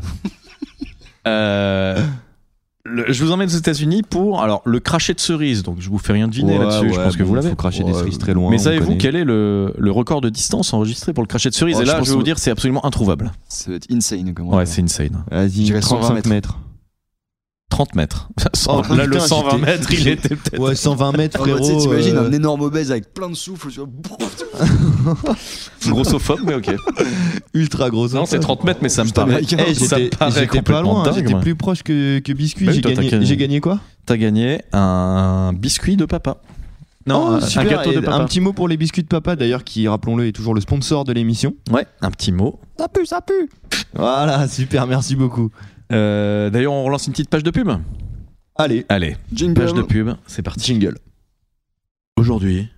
[SPEAKER 4] Euh, le- je vous emmène aux États-Unis pour alors le cracher de cerise. Donc, je vous fais rien deviner
[SPEAKER 5] Ouais,
[SPEAKER 4] là-dessus. je
[SPEAKER 5] ouais,
[SPEAKER 4] pense que
[SPEAKER 5] bon,
[SPEAKER 4] vous l'avez.
[SPEAKER 5] Faut cracher des
[SPEAKER 6] Ouais.
[SPEAKER 5] cerises très loin.
[SPEAKER 4] Mais
[SPEAKER 5] on
[SPEAKER 4] savez-vous
[SPEAKER 5] connaît.
[SPEAKER 4] quel est le, le record de distance enregistré pour le cracher de cerise
[SPEAKER 6] Oh,
[SPEAKER 4] Et
[SPEAKER 6] je
[SPEAKER 4] là, je
[SPEAKER 6] pense
[SPEAKER 4] vais vous
[SPEAKER 6] que-
[SPEAKER 4] dire, c'est absolument introuvable.
[SPEAKER 6] Ça doit être insane comme
[SPEAKER 4] Ouais,
[SPEAKER 6] record.
[SPEAKER 4] c'est insane.
[SPEAKER 5] Vas-y,
[SPEAKER 6] J'irais 120
[SPEAKER 5] 35 mètres.
[SPEAKER 4] 30 mètres.
[SPEAKER 5] Oh,
[SPEAKER 4] [LAUGHS] là, le
[SPEAKER 5] putain,
[SPEAKER 4] 120
[SPEAKER 5] j'étais-
[SPEAKER 4] mètres, il était peut-être.
[SPEAKER 5] Ouais, 120 mètres,
[SPEAKER 6] Ah, bah, tu
[SPEAKER 5] frérot.
[SPEAKER 6] sais, T'imagines
[SPEAKER 5] euh,
[SPEAKER 6] un énorme obèse avec plein de souffle, tu vois.
[SPEAKER 4] Grossophobe, mais ok.
[SPEAKER 5] ultra gros.
[SPEAKER 4] [LAUGHS] Non, c'est 30 mètres, mais ça me
[SPEAKER 6] Putain,
[SPEAKER 4] paraît.
[SPEAKER 6] mais
[SPEAKER 5] Eh,
[SPEAKER 6] Hey,
[SPEAKER 4] ça me
[SPEAKER 5] j'étais
[SPEAKER 4] paraît
[SPEAKER 5] j'étais pas
[SPEAKER 4] complètement
[SPEAKER 5] loin, hein.
[SPEAKER 4] dingue,
[SPEAKER 5] j'étais
[SPEAKER 4] moi.
[SPEAKER 5] plus proche que, que Biscuit.
[SPEAKER 4] Bah oui,
[SPEAKER 5] J'ai
[SPEAKER 4] toi, t'as
[SPEAKER 5] gagné,
[SPEAKER 4] qu'à-
[SPEAKER 5] j'ai gagné quoi
[SPEAKER 4] T'as gagné un biscuit de papa. Non,
[SPEAKER 5] Oh,
[SPEAKER 4] un- un
[SPEAKER 5] super,
[SPEAKER 4] gâteau
[SPEAKER 5] et
[SPEAKER 4] de papa.
[SPEAKER 5] Un petit mot pour les biscuits de papa d'ailleurs, qui rappelons-le est toujours le sponsor de l'émission.
[SPEAKER 4] Ouais, un petit mot.
[SPEAKER 5] Ça pue, ça pue. Voilà, super, merci beaucoup.
[SPEAKER 4] Euh, D'ailleurs, on relance une petite page de pub.
[SPEAKER 5] Allez,
[SPEAKER 4] Allez, page de
[SPEAKER 6] Jingle.
[SPEAKER 4] pub, c'est parti.
[SPEAKER 5] jingle.
[SPEAKER 4] Aujourd'hui,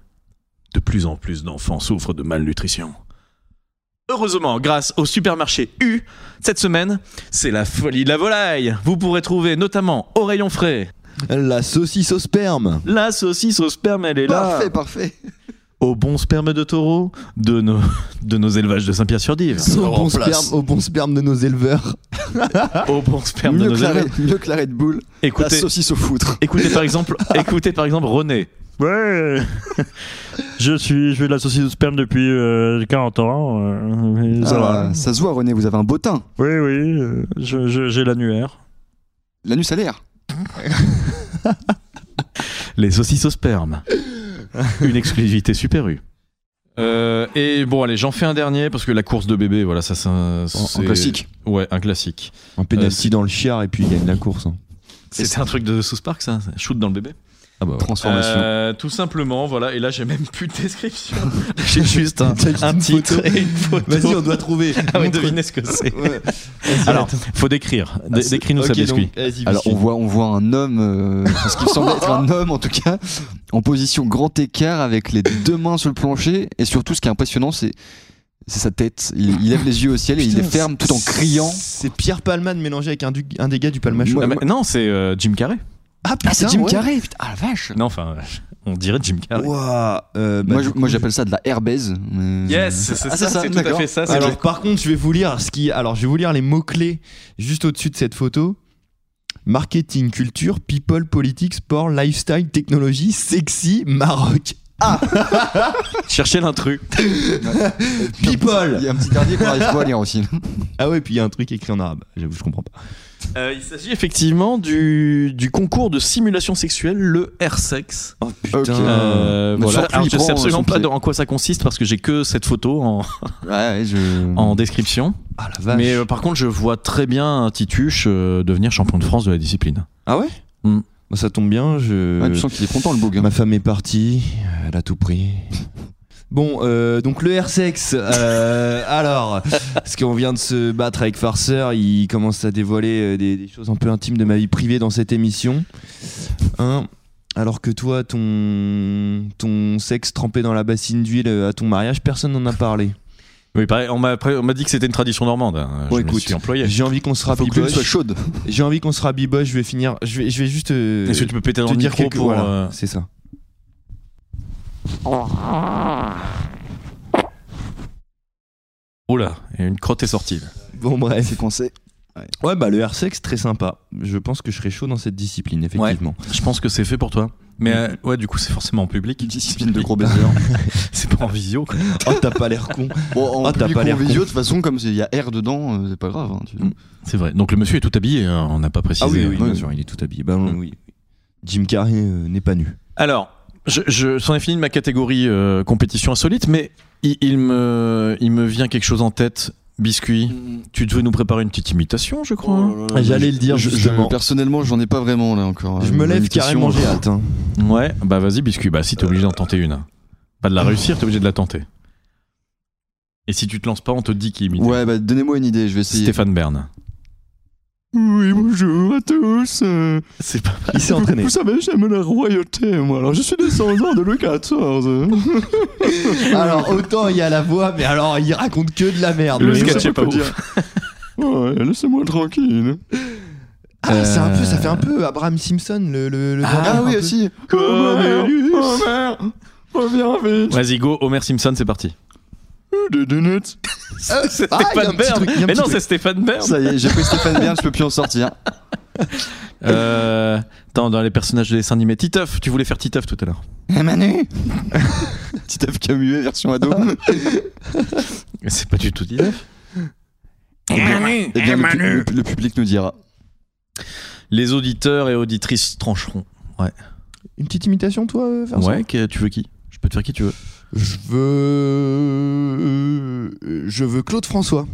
[SPEAKER 4] de plus en plus d'enfants souffrent de malnutrition. Heureusement, grâce au supermarché U, cette semaine, c'est la folie de la volaille. Vous pourrez trouver notamment au rayon frais
[SPEAKER 5] La saucisse au sperme.
[SPEAKER 4] la saucisse au sperme, elle est là.
[SPEAKER 6] Parfait, parfait.
[SPEAKER 4] au bon sperme de taureau de nos, de nos élevages de Saint-Pierre-sur-Dive.
[SPEAKER 5] Au bon,
[SPEAKER 6] place.
[SPEAKER 5] sperme, au bon sperme de nos éleveurs.
[SPEAKER 4] Au bon sperme de
[SPEAKER 6] Ah, Mieux
[SPEAKER 4] nos
[SPEAKER 6] que, la,
[SPEAKER 4] élevages.
[SPEAKER 6] Red- mieux que la Red Bull, la
[SPEAKER 4] Écoutez,
[SPEAKER 6] saucisse au foutre.
[SPEAKER 4] écoutez par
[SPEAKER 6] [LAUGHS]
[SPEAKER 4] exemple, écoutez par exemple René.
[SPEAKER 7] Ouais. je suis, je fais de la saucisse au sperme depuis euh, 40 ans. euh, et ça va.
[SPEAKER 6] Ah, ça se voit, René, vous avez un beau teint.
[SPEAKER 7] Oui, oui, euh, je- je- j'ai l'annuaire.
[SPEAKER 6] L'anus a l'air.
[SPEAKER 4] Les saucisses au sperme. Une exclusivité Super U. Euh, et bon, allez, j'en fais un dernier parce que la course de bébé, voilà, ça, ça
[SPEAKER 6] En
[SPEAKER 4] c'est-
[SPEAKER 6] classique.
[SPEAKER 4] Ouais, un classique.
[SPEAKER 5] Un
[SPEAKER 4] pénalty
[SPEAKER 5] pénalty dans le chiard et puis il gagne la course. hein.
[SPEAKER 4] [LAUGHS] C'était un truc de South Park, ça ça Shoot dans le bébé
[SPEAKER 5] Ah bah
[SPEAKER 6] Transformation.
[SPEAKER 4] Euh, Tout simplement, voilà. Et là, j'ai même plus de description. j'ai juste un,
[SPEAKER 5] [LAUGHS] T'as juste
[SPEAKER 4] un
[SPEAKER 5] une
[SPEAKER 4] titre
[SPEAKER 5] photo.
[SPEAKER 4] et une photo.
[SPEAKER 5] Vas-y, on doit trouver.
[SPEAKER 4] Ah oui,
[SPEAKER 5] Montre-
[SPEAKER 4] devinez ce que c'est. Ah,
[SPEAKER 5] Ouais.
[SPEAKER 4] Alors, faut décrire. Dé-
[SPEAKER 5] c'est-
[SPEAKER 4] Décris-nous ça,
[SPEAKER 5] ok, donc,
[SPEAKER 4] biscuit.
[SPEAKER 5] vas-y,
[SPEAKER 6] Alors on
[SPEAKER 5] Biscuit.
[SPEAKER 6] voit, on voit un homme, euh, enfin, ce qui me semble être un homme en tout cas, en position grand écart avec les deux mains sur le plancher et surtout ce qui est impressionnant c'est c'est sa tête. Il, il lève les yeux au ciel et il les
[SPEAKER 5] Putain,
[SPEAKER 6] ferme tout en
[SPEAKER 5] c'est-
[SPEAKER 6] criant.
[SPEAKER 5] C'est Pierre Palman mélangé avec un, du- un des gars du Palmachou.
[SPEAKER 4] Ah, mais non, c'est euh, Jim Carrey.
[SPEAKER 5] Ah,
[SPEAKER 6] Ah c'est
[SPEAKER 5] putain,
[SPEAKER 6] Jim
[SPEAKER 5] ouais. Ah
[SPEAKER 6] Carrey, putain, ah la vache.
[SPEAKER 4] Non, enfin, euh, on dirait Jim Carrey. [LAUGHS]
[SPEAKER 5] Ouah, euh, bah,
[SPEAKER 6] moi
[SPEAKER 5] du
[SPEAKER 6] je-
[SPEAKER 5] coup,
[SPEAKER 6] moi,
[SPEAKER 5] je-
[SPEAKER 6] j'appelle ça de la airbaise. mais-
[SPEAKER 4] Yes, c'est ça,
[SPEAKER 6] Ah,
[SPEAKER 4] c'est tout à
[SPEAKER 6] d'accord.
[SPEAKER 4] fait ça. c'est
[SPEAKER 5] Alors
[SPEAKER 4] le-
[SPEAKER 5] par contre, je vais vous lire ce qui alors je vais vous lire les mots clés juste au-dessus de cette photo. Marketing, culture, people, politique, sport, lifestyle, technologie, sexy, Maroc.
[SPEAKER 4] Cherchez l'intrus.
[SPEAKER 5] People.
[SPEAKER 6] Il y a un petit dernier qu'on arrive pas à lire aussi.
[SPEAKER 5] Ah ouais, puis il y a un truc écrit en arabe. J'avoue, je comprends pas.
[SPEAKER 4] Euh, il s'agit effectivement du, du concours de simulation sexuelle, le R-Sex.
[SPEAKER 5] Oh
[SPEAKER 6] putain.
[SPEAKER 4] Euh,
[SPEAKER 6] Mais
[SPEAKER 4] voilà.
[SPEAKER 6] surtout,
[SPEAKER 4] Alors,
[SPEAKER 6] il
[SPEAKER 4] je
[SPEAKER 6] prend
[SPEAKER 4] sais absolument
[SPEAKER 6] son
[SPEAKER 4] pas
[SPEAKER 6] pied.
[SPEAKER 4] dans- en quoi ça consiste parce que j'ai que cette photo en,
[SPEAKER 6] Ouais, je...
[SPEAKER 4] en description.
[SPEAKER 5] Ah la vache.
[SPEAKER 4] Mais euh, par contre, je vois très bien Tituche euh, devenir champion de France de la discipline.
[SPEAKER 5] Ah ouais
[SPEAKER 4] Hmm.
[SPEAKER 5] Bah, ça tombe bien, je
[SPEAKER 6] Ouais, tu sens qu'il est content le boug. hein.
[SPEAKER 5] ma femme est partie, elle a
[SPEAKER 6] [LAUGHS]
[SPEAKER 5] tout pris. Bon, euh, donc le R-Sex, euh, alors, parce qu'on vient de se battre avec Farceur, il commence à dévoiler euh, des, des choses un peu intimes de ma vie privée dans cette émission. Hein alors que toi, ton, ton sexe trempé dans la bassine d'huile euh, à ton mariage, personne n'en a parlé.
[SPEAKER 4] Oui, pareil, on m'a après- on m'a dit que c'était une tradition normande. hein.
[SPEAKER 5] Bon,
[SPEAKER 4] je me
[SPEAKER 5] écoute.
[SPEAKER 4] suis employé.
[SPEAKER 5] J'ai envie qu'on se
[SPEAKER 6] Faut que l'une soit
[SPEAKER 5] rabiboche.
[SPEAKER 6] chaude.
[SPEAKER 5] J'ai envie qu'on se rabiboche, je vais finir. Je vais, je vais juste. euh,
[SPEAKER 4] Est-ce que tu peux péter dans
[SPEAKER 5] te
[SPEAKER 4] le
[SPEAKER 5] dire
[SPEAKER 4] micro
[SPEAKER 5] quelque-
[SPEAKER 4] pour.
[SPEAKER 5] voilà,
[SPEAKER 4] euh,
[SPEAKER 5] C'est ça.
[SPEAKER 4] Oula, et une crotte est sortie. là.
[SPEAKER 5] Bon, bref.
[SPEAKER 6] C'est qu'on sait.
[SPEAKER 5] Ouais, bah le R-Sex, très sympa. Je pense que je serais chaud dans cette discipline, effectivement.
[SPEAKER 4] Je pense que c'est fait pour toi. Mais euh, ouais, du coup, c'est forcément en
[SPEAKER 6] Une
[SPEAKER 4] public.
[SPEAKER 6] discipline de gros baisers.
[SPEAKER 4] C'est pas en visio. quoi.
[SPEAKER 5] Oh, t'as pas l'air con.
[SPEAKER 6] [LAUGHS] Bon, en
[SPEAKER 5] Ah, t'as
[SPEAKER 6] public
[SPEAKER 5] pas
[SPEAKER 6] ou en
[SPEAKER 5] l'air con.
[SPEAKER 6] visio, de toute façon, comme il y a R dedans, euh, c'est pas grave. hein, tu-
[SPEAKER 4] C'est vrai. Donc le monsieur est tout habillé. hein, on n'a pas précisé.
[SPEAKER 6] Ah oui.
[SPEAKER 5] bien sûr, il est tout habillé. Bah, oui. Jim Carrey euh, n'est pas nu.
[SPEAKER 4] Alors, je, je, c'en est fini de ma catégorie euh, compétition insolite, mais il, il me, il me vient quelque chose en tête. Biscuit, tu devais nous préparer une petite imitation, je crois.
[SPEAKER 5] J'allais le dire,
[SPEAKER 6] Je- je-
[SPEAKER 5] justement.
[SPEAKER 6] personnellement, j'en ai pas vraiment là encore. euh,
[SPEAKER 5] Je
[SPEAKER 6] Une
[SPEAKER 5] me lève
[SPEAKER 6] imitation,
[SPEAKER 5] carrément, j'ai hâte. hein.
[SPEAKER 4] Ouais, bah vas-y, biscuit. Bah si t'es obligé d'en tenter une. hein. Pas de la réussir, t'es obligé de la tenter. Et si tu te lances pas, on te dit qui imite.
[SPEAKER 6] Ouais, bah donnez-moi une idée, je vais essayer.
[SPEAKER 4] Stéphane Bern.
[SPEAKER 6] Oui, bonjour à tous. euh,
[SPEAKER 4] C'est pas
[SPEAKER 5] Il s'est entraîné.
[SPEAKER 6] Vous savez, j'aime la royauté, moi. Alors, je suis descendant de hein, Louis XIV.
[SPEAKER 5] alors, autant il y a la voix, mais alors il raconte que de la merde.
[SPEAKER 4] Le
[SPEAKER 5] Mais-
[SPEAKER 4] sketch
[SPEAKER 6] ça
[SPEAKER 4] est pas
[SPEAKER 6] peut
[SPEAKER 4] ouf.
[SPEAKER 6] Ouais, laissez-moi tranquille.
[SPEAKER 5] Ah, c'est un peu, ça fait un peu Abraham Simpson, le. le, le
[SPEAKER 6] euh, Ah,
[SPEAKER 5] vampire, un
[SPEAKER 6] oui,
[SPEAKER 5] peu.
[SPEAKER 6] aussi.
[SPEAKER 5] Cornelius.
[SPEAKER 6] Homer, reviens vite.
[SPEAKER 4] Vas-y, go, Homer Simpson, c'est parti.
[SPEAKER 6] Des donuts.
[SPEAKER 5] Ah,
[SPEAKER 4] C'est
[SPEAKER 5] ah, il y a un
[SPEAKER 4] Stéphane
[SPEAKER 5] petit
[SPEAKER 4] Bern.
[SPEAKER 5] truc, il y a
[SPEAKER 4] Mais
[SPEAKER 5] un petit
[SPEAKER 4] non,
[SPEAKER 5] truc.
[SPEAKER 4] c'est Stéphane Bern.
[SPEAKER 6] Ça y est, j'ai pris Stéphane Bern, je peux plus en sortir. [LAUGHS]
[SPEAKER 4] Euh, attends, dans les personnages de dessin animé. Titeuf, tu voulais faire Titeuf tout à l'heure.
[SPEAKER 6] Eh, Manu Petit œuf camuet E, version ado.
[SPEAKER 4] Mais C'est pas du tout Titeuf.
[SPEAKER 6] Eh bien, le, pu- le- le public nous dira.
[SPEAKER 4] Les auditeurs et auditrices trancheront.
[SPEAKER 5] Une petite imitation, toi, euh, Vincent
[SPEAKER 4] Ouais, que- tu veux qui Je peux te faire qui tu veux.
[SPEAKER 5] Je veux. Je veux Claude François.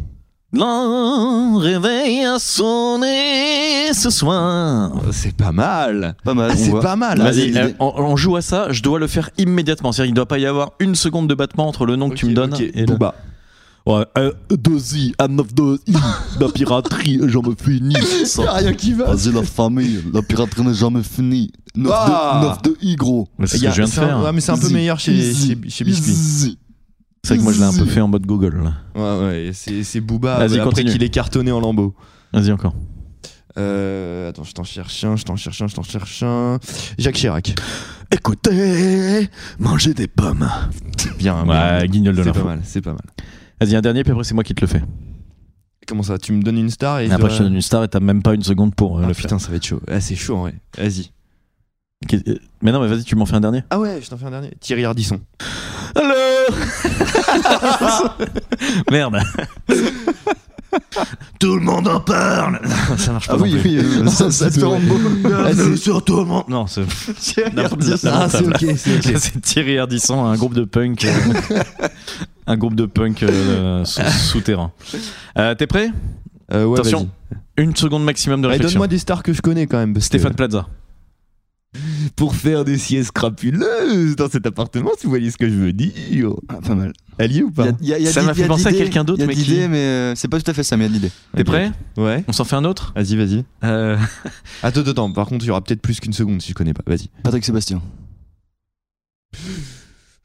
[SPEAKER 4] L'un réveil a sonné ce soir.
[SPEAKER 5] C'est pas mal.
[SPEAKER 6] Pas mal.
[SPEAKER 5] Ah,
[SPEAKER 6] on
[SPEAKER 5] c'est
[SPEAKER 6] voit.
[SPEAKER 5] pas mal.
[SPEAKER 6] Là,
[SPEAKER 4] Vas-y,
[SPEAKER 6] il-
[SPEAKER 4] euh, on, on joue à ça, je dois le faire immédiatement. C'est-à-dire qu'il ne doit pas y avoir une seconde de battement entre le nom que tu me donnes et le...
[SPEAKER 5] Booba.
[SPEAKER 4] Ouais, euh, Dozy, un of [LAUGHS] Dozy, la piraterie, j'en me finis.
[SPEAKER 5] Y a rien qui va.
[SPEAKER 6] Vas-y, la famille, la piraterie n'est jamais finie. 9
[SPEAKER 5] Ah.
[SPEAKER 6] de I, gros.
[SPEAKER 4] C'est ce
[SPEAKER 5] Y
[SPEAKER 4] que
[SPEAKER 5] a-
[SPEAKER 4] je viens de
[SPEAKER 5] c'est un-
[SPEAKER 4] faire. hein.
[SPEAKER 5] ouais, mais c'est un peu
[SPEAKER 6] Easy,
[SPEAKER 5] meilleur chez,
[SPEAKER 6] easy,
[SPEAKER 5] chez, chez Biscuit.
[SPEAKER 6] easy.
[SPEAKER 4] C'est vrai que moi je l'ai un peu fait en mode Google. là.
[SPEAKER 5] Ouais, ouais, c'est, c'est Booba
[SPEAKER 4] Vas-y,
[SPEAKER 5] euh, après
[SPEAKER 4] continue.
[SPEAKER 5] qu'il est cartonné en lambeaux.
[SPEAKER 4] Vas-y encore.
[SPEAKER 5] Euh, attends, je t'en cherche un, je t'en cherche un, je t'en cherche un. Jacques Chirac. Écoutez, mangez des pommes. Bien,
[SPEAKER 4] Ouais,
[SPEAKER 5] bien.
[SPEAKER 4] guignol de
[SPEAKER 5] C'est pas
[SPEAKER 4] l'info.
[SPEAKER 5] mal, c'est pas mal.
[SPEAKER 4] Vas-y, un dernier, puis après, c'est moi qui te le fais.
[SPEAKER 5] Comment ça Tu me donnes une star et
[SPEAKER 4] Et après, je
[SPEAKER 5] dois-
[SPEAKER 4] te donne une star et t'as même pas une seconde pour euh,
[SPEAKER 5] Ah,
[SPEAKER 4] le faire.
[SPEAKER 5] putain, ça va être chaud. Ah, c'est chaud en vrai. Vas-y.
[SPEAKER 4] Qu'est- euh, Mais non, mais vas-y, tu m'en fais un dernier.
[SPEAKER 5] Ah ouais, je t'en fais un dernier. Thierry Ardisson.
[SPEAKER 4] Allô [LAUGHS] Merde. [LAUGHS] tout le monde en parle. Ah ça marche pas. non plus.
[SPEAKER 6] euh, ça, ça te rend beau.
[SPEAKER 4] Ah, c'est sur tout le monde. Non, c'est
[SPEAKER 5] Ah, c'est ok, c'est
[SPEAKER 4] [LAUGHS]
[SPEAKER 5] ok.
[SPEAKER 4] c'est Thierry Ardisson, un groupe de punk. euh, [LAUGHS] un groupe de punk euh, sous- souterrain. Euh, T'es prêt
[SPEAKER 5] Euh, ouais,
[SPEAKER 4] Attention.
[SPEAKER 5] vas-y.
[SPEAKER 4] Une seconde maximum de
[SPEAKER 5] Allez,
[SPEAKER 4] réflexion.
[SPEAKER 5] donne-moi des stars que je connais quand même. parce que-
[SPEAKER 4] Stéphane Plaza.
[SPEAKER 5] Pour faire des siestes crapuleuses dans cet appartement, si vous voyez ce que je veux dire.
[SPEAKER 6] Ah, pas mal.
[SPEAKER 5] Allié
[SPEAKER 6] Il
[SPEAKER 5] ou
[SPEAKER 6] y
[SPEAKER 5] pas
[SPEAKER 6] a- il y a- il y a
[SPEAKER 4] Ça
[SPEAKER 6] d'idées-
[SPEAKER 4] m'a fait
[SPEAKER 6] il y a
[SPEAKER 4] penser à
[SPEAKER 6] d'idées-
[SPEAKER 4] quelqu'un d'autre,
[SPEAKER 6] Il y
[SPEAKER 4] mais
[SPEAKER 6] a
[SPEAKER 4] qui-
[SPEAKER 6] d'idées, mais euh, c'est pas tout à fait ça, mais il y a d'idées.
[SPEAKER 4] T'es
[SPEAKER 5] Ok.
[SPEAKER 4] prêt
[SPEAKER 5] Ouais.
[SPEAKER 4] On s'en fait un autre
[SPEAKER 5] Vas-y, vas-y.
[SPEAKER 4] Euh,
[SPEAKER 5] Attends, attends. Par contre, il y aura peut-être plus qu'une seconde si je connais pas. Vas-y.
[SPEAKER 6] Patrick Sébastien.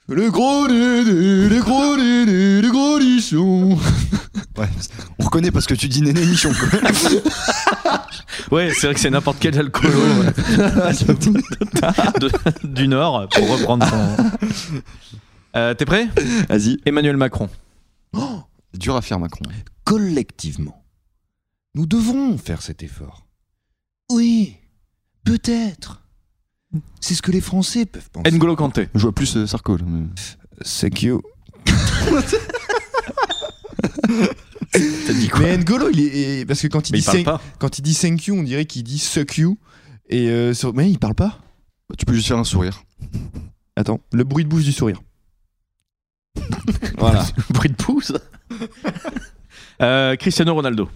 [SPEAKER 5] Le gros néné, le gros néné, le gros nichon.
[SPEAKER 6] Ouais, on reconnaît parce que tu dis néné nichon. quoi.
[SPEAKER 4] Ouais, c'est vrai que c'est n'importe quel alcoolo ouais. De- du Nord, pour reprendre son.
[SPEAKER 5] [LAUGHS]
[SPEAKER 4] Euh, T'es prêt
[SPEAKER 5] [LAUGHS] Vas-y.
[SPEAKER 4] Emmanuel Macron.
[SPEAKER 6] Dur à faire, Macron.
[SPEAKER 5] Collectivement, nous devrons faire cet effort. Oui, peut-être. C'est ce que les Français peuvent penser.
[SPEAKER 4] N'Golo Kanté.
[SPEAKER 6] Je vois plus euh, Sarko. là, mais-
[SPEAKER 5] C'est cute.
[SPEAKER 4] T'as dit
[SPEAKER 5] Mais N'Golo, il est. et- Parce que quand il,
[SPEAKER 4] Mais il
[SPEAKER 5] dit,
[SPEAKER 4] parle
[SPEAKER 5] thank,
[SPEAKER 4] pas. [LAUGHS]
[SPEAKER 5] quand il dit thank you, on dirait qu'il dit suck you. Et euh, sur- Mais il parle pas.
[SPEAKER 6] Tu peux juste faire un sourire.
[SPEAKER 5] Attends, le bruit de bouche du sourire.
[SPEAKER 6] [LAUGHS]
[SPEAKER 5] voilà.
[SPEAKER 4] Bruit de pouce. Euh, Cristiano Ronaldo.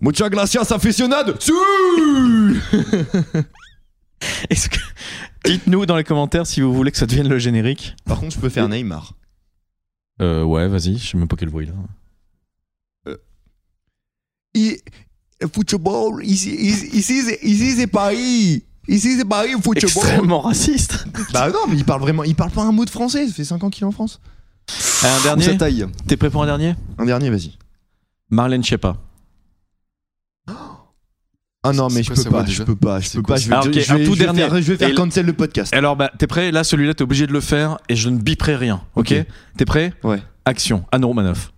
[SPEAKER 5] Muchas gracias, aficionado. Su
[SPEAKER 4] Est-ce que- Dites-nous dans les commentaires si vous voulez que ça devienne le générique.
[SPEAKER 5] Par contre, je peux faire Neymar.
[SPEAKER 4] Euh, ouais, vas-y, je sais même pas quelle voix il a.
[SPEAKER 5] Et le football, ici, ici, ici, c'est- ici, c'est Paris. Ici, c'est Paris, le football.
[SPEAKER 4] Extrêmement raciste.
[SPEAKER 5] Bah non, mais il parle vraiment, il parle pas un mot de français. Ça fait 5 ans qu'il est en France.
[SPEAKER 4] un
[SPEAKER 6] On
[SPEAKER 4] dernier.
[SPEAKER 6] s'attaille.
[SPEAKER 4] T'es prêt pour un dernier
[SPEAKER 5] Un dernier, vas-y.
[SPEAKER 4] Marlène Schiappa.
[SPEAKER 5] Ah non,
[SPEAKER 6] C'est
[SPEAKER 5] mais je
[SPEAKER 6] quoi
[SPEAKER 5] peux
[SPEAKER 6] sa voix
[SPEAKER 5] pas, je
[SPEAKER 6] déjà
[SPEAKER 5] peux pas, je
[SPEAKER 6] C'est
[SPEAKER 5] peux
[SPEAKER 6] quoi
[SPEAKER 5] pas.
[SPEAKER 6] sa
[SPEAKER 5] Je vais,
[SPEAKER 4] voix Ah,
[SPEAKER 5] je
[SPEAKER 4] ok,
[SPEAKER 5] vais-
[SPEAKER 4] un
[SPEAKER 5] je
[SPEAKER 4] tout
[SPEAKER 5] vais
[SPEAKER 4] dernier.
[SPEAKER 5] faire, je vais faire
[SPEAKER 4] Et le-
[SPEAKER 5] cancel le podcast.
[SPEAKER 4] Alors, bah, t'es prêt Là, celui-là, t'es obligé de le faire et je ne biperai rien. Ok,
[SPEAKER 5] Ok.
[SPEAKER 4] T'es prêt
[SPEAKER 5] Ouais.
[SPEAKER 4] Action. Anne Romanoff.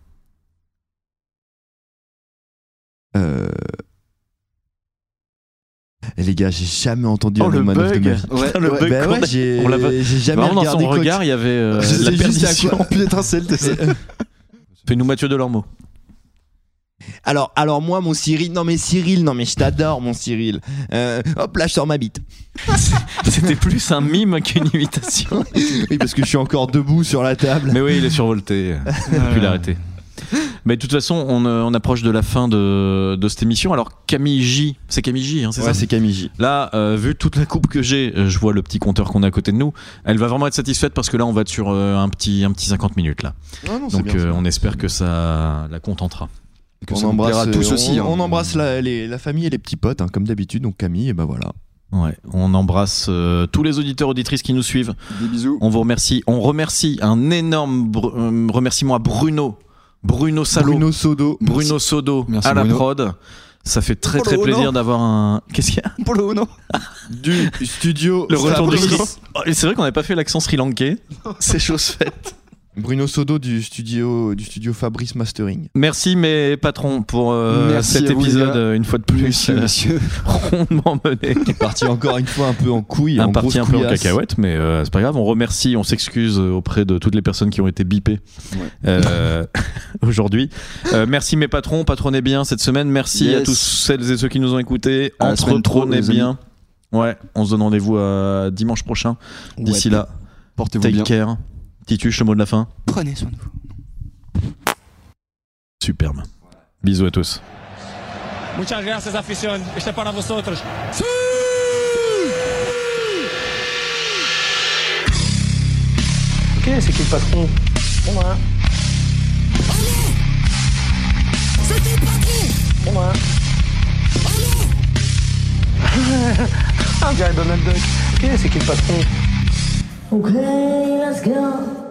[SPEAKER 5] Euh... eh, Les gars, j'ai jamais entendu
[SPEAKER 4] Oh,
[SPEAKER 5] un
[SPEAKER 4] le
[SPEAKER 5] Romanov de
[SPEAKER 4] bug.
[SPEAKER 5] ma vie.
[SPEAKER 6] Ouais,
[SPEAKER 4] Le
[SPEAKER 6] ouais.
[SPEAKER 4] bug
[SPEAKER 5] Bah
[SPEAKER 4] qu'on
[SPEAKER 5] ouais,
[SPEAKER 4] a-
[SPEAKER 5] j'ai
[SPEAKER 4] on l'a pas-
[SPEAKER 5] j'ai jamais
[SPEAKER 4] Vraiment, dans
[SPEAKER 5] regardé
[SPEAKER 4] son
[SPEAKER 5] Coach.
[SPEAKER 4] regard, il y avait
[SPEAKER 5] [LAUGHS]
[SPEAKER 4] euh,
[SPEAKER 5] Je sais
[SPEAKER 4] la
[SPEAKER 5] juste à
[SPEAKER 4] perdition. [LAUGHS]
[SPEAKER 5] quoi-
[SPEAKER 6] Plus d'étincelles, t'es-
[SPEAKER 4] Fais-nous Mathieu Delormeau.
[SPEAKER 5] [LAUGHS] Alors, alors moi, mon Cyril, non mais Cyril, non mais je t'adore, mon Cyril. Euh, hop là, je sors
[SPEAKER 4] [LAUGHS]
[SPEAKER 5] ma bite.
[SPEAKER 4] C'était plus un mime qu'une imitation.
[SPEAKER 5] Oui, parce que je suis encore debout sur la table.
[SPEAKER 4] Mais oui, il est
[SPEAKER 5] [LAUGHS]
[SPEAKER 4] survolté. Il a pu l'arrêter. Mais de toute façon, on, euh, on approche de la fin de, de cette émission. Alors, Camille J, c'est Camille J, hein, c'est
[SPEAKER 5] ouais,
[SPEAKER 4] ça
[SPEAKER 5] c'est Camille J.
[SPEAKER 4] Là, euh, vu toute la coupe que j'ai, euh, je vois le petit compteur qu'on a à côté de nous. Elle va vraiment être satisfaite parce que là, on va être sur euh, un, petit, un petit 50 minutes. là.
[SPEAKER 5] Ah non, c'est
[SPEAKER 4] Donc,
[SPEAKER 5] bien,
[SPEAKER 4] euh,
[SPEAKER 5] c'est bien.
[SPEAKER 4] on espère que ça la contentera.
[SPEAKER 6] que
[SPEAKER 5] on
[SPEAKER 6] ça nous
[SPEAKER 5] embrasse
[SPEAKER 6] plaira à tous
[SPEAKER 5] euh,
[SPEAKER 6] aussi,
[SPEAKER 5] on-
[SPEAKER 6] hein.
[SPEAKER 5] on embrasse la, les- la famille et les petits potes, hein, comme d'habitude. Donc Camille, et ben voilà.
[SPEAKER 4] Ouais, on embrasse euh, tous les auditeurs, auditrices qui nous suivent.
[SPEAKER 6] Des bisous.
[SPEAKER 4] On vous remercie. On remercie un énorme br- euh, remerciement à Bruno. Bruno Salo. Bruno,
[SPEAKER 5] Bruno Sodo.
[SPEAKER 4] Sodo
[SPEAKER 6] Merci,
[SPEAKER 4] à la
[SPEAKER 6] Bruno.
[SPEAKER 4] prod. Ça fait très très
[SPEAKER 6] Bruno.
[SPEAKER 4] plaisir d'avoir un. Qu'est-ce qu'il y a
[SPEAKER 6] Pour le haut, non
[SPEAKER 5] [LAUGHS] du studio.
[SPEAKER 4] Le retour du
[SPEAKER 5] Fabrice.
[SPEAKER 4] Sri- Oh, et C'est vrai qu'on n'avait pas fait l'accent sri-lankais. C'est chose faite.
[SPEAKER 5] Bruno Sodo du studio du studio Fabrice Mastering.
[SPEAKER 4] Merci mes patrons pour euh,
[SPEAKER 6] Merci
[SPEAKER 4] cet
[SPEAKER 6] à vous, les
[SPEAKER 4] épisode
[SPEAKER 6] gars.
[SPEAKER 4] euh, une fois de plus
[SPEAKER 6] Monsieur,
[SPEAKER 4] euh, [LAUGHS]
[SPEAKER 6] monsieur.
[SPEAKER 4] rondement mené.
[SPEAKER 5] Parti encore une fois un peu en couille,
[SPEAKER 4] un
[SPEAKER 5] en
[SPEAKER 4] parti
[SPEAKER 5] grosse
[SPEAKER 4] un peu en
[SPEAKER 5] couillasse.
[SPEAKER 4] cacahuète, mais euh, c'est pas grave. On remercie, on s'excuse euh, auprès de toutes les personnes qui ont été bipées
[SPEAKER 6] Ouais.
[SPEAKER 4] euh, [LAUGHS] aujourd'hui. Euh, merci mes patrons, patronnez bien cette semaine. Merci
[SPEAKER 6] Yes.
[SPEAKER 4] à tous celles et ceux qui nous ont écoutés.
[SPEAKER 6] À la semaine pro,
[SPEAKER 4] Entreprenez
[SPEAKER 6] les
[SPEAKER 4] bien. Ouais, on se donne rendez-vous à dimanche prochain. D'ici
[SPEAKER 6] Ouais.
[SPEAKER 4] là,
[SPEAKER 6] portez-vous
[SPEAKER 4] take
[SPEAKER 6] bien.
[SPEAKER 4] care. Titus, le mot de la fin.
[SPEAKER 6] Prenez soin de vous.
[SPEAKER 4] Superbe. Bisous à tous.
[SPEAKER 1] Muchas gracias, afición. Este es para vosotros.
[SPEAKER 2] Ok, c'est qui le patron
[SPEAKER 3] C'est moi. C'est moi.
[SPEAKER 2] Ah, on dirait Donald Duck. Ok, c'est qui le patron
[SPEAKER 3] Okay, let's go.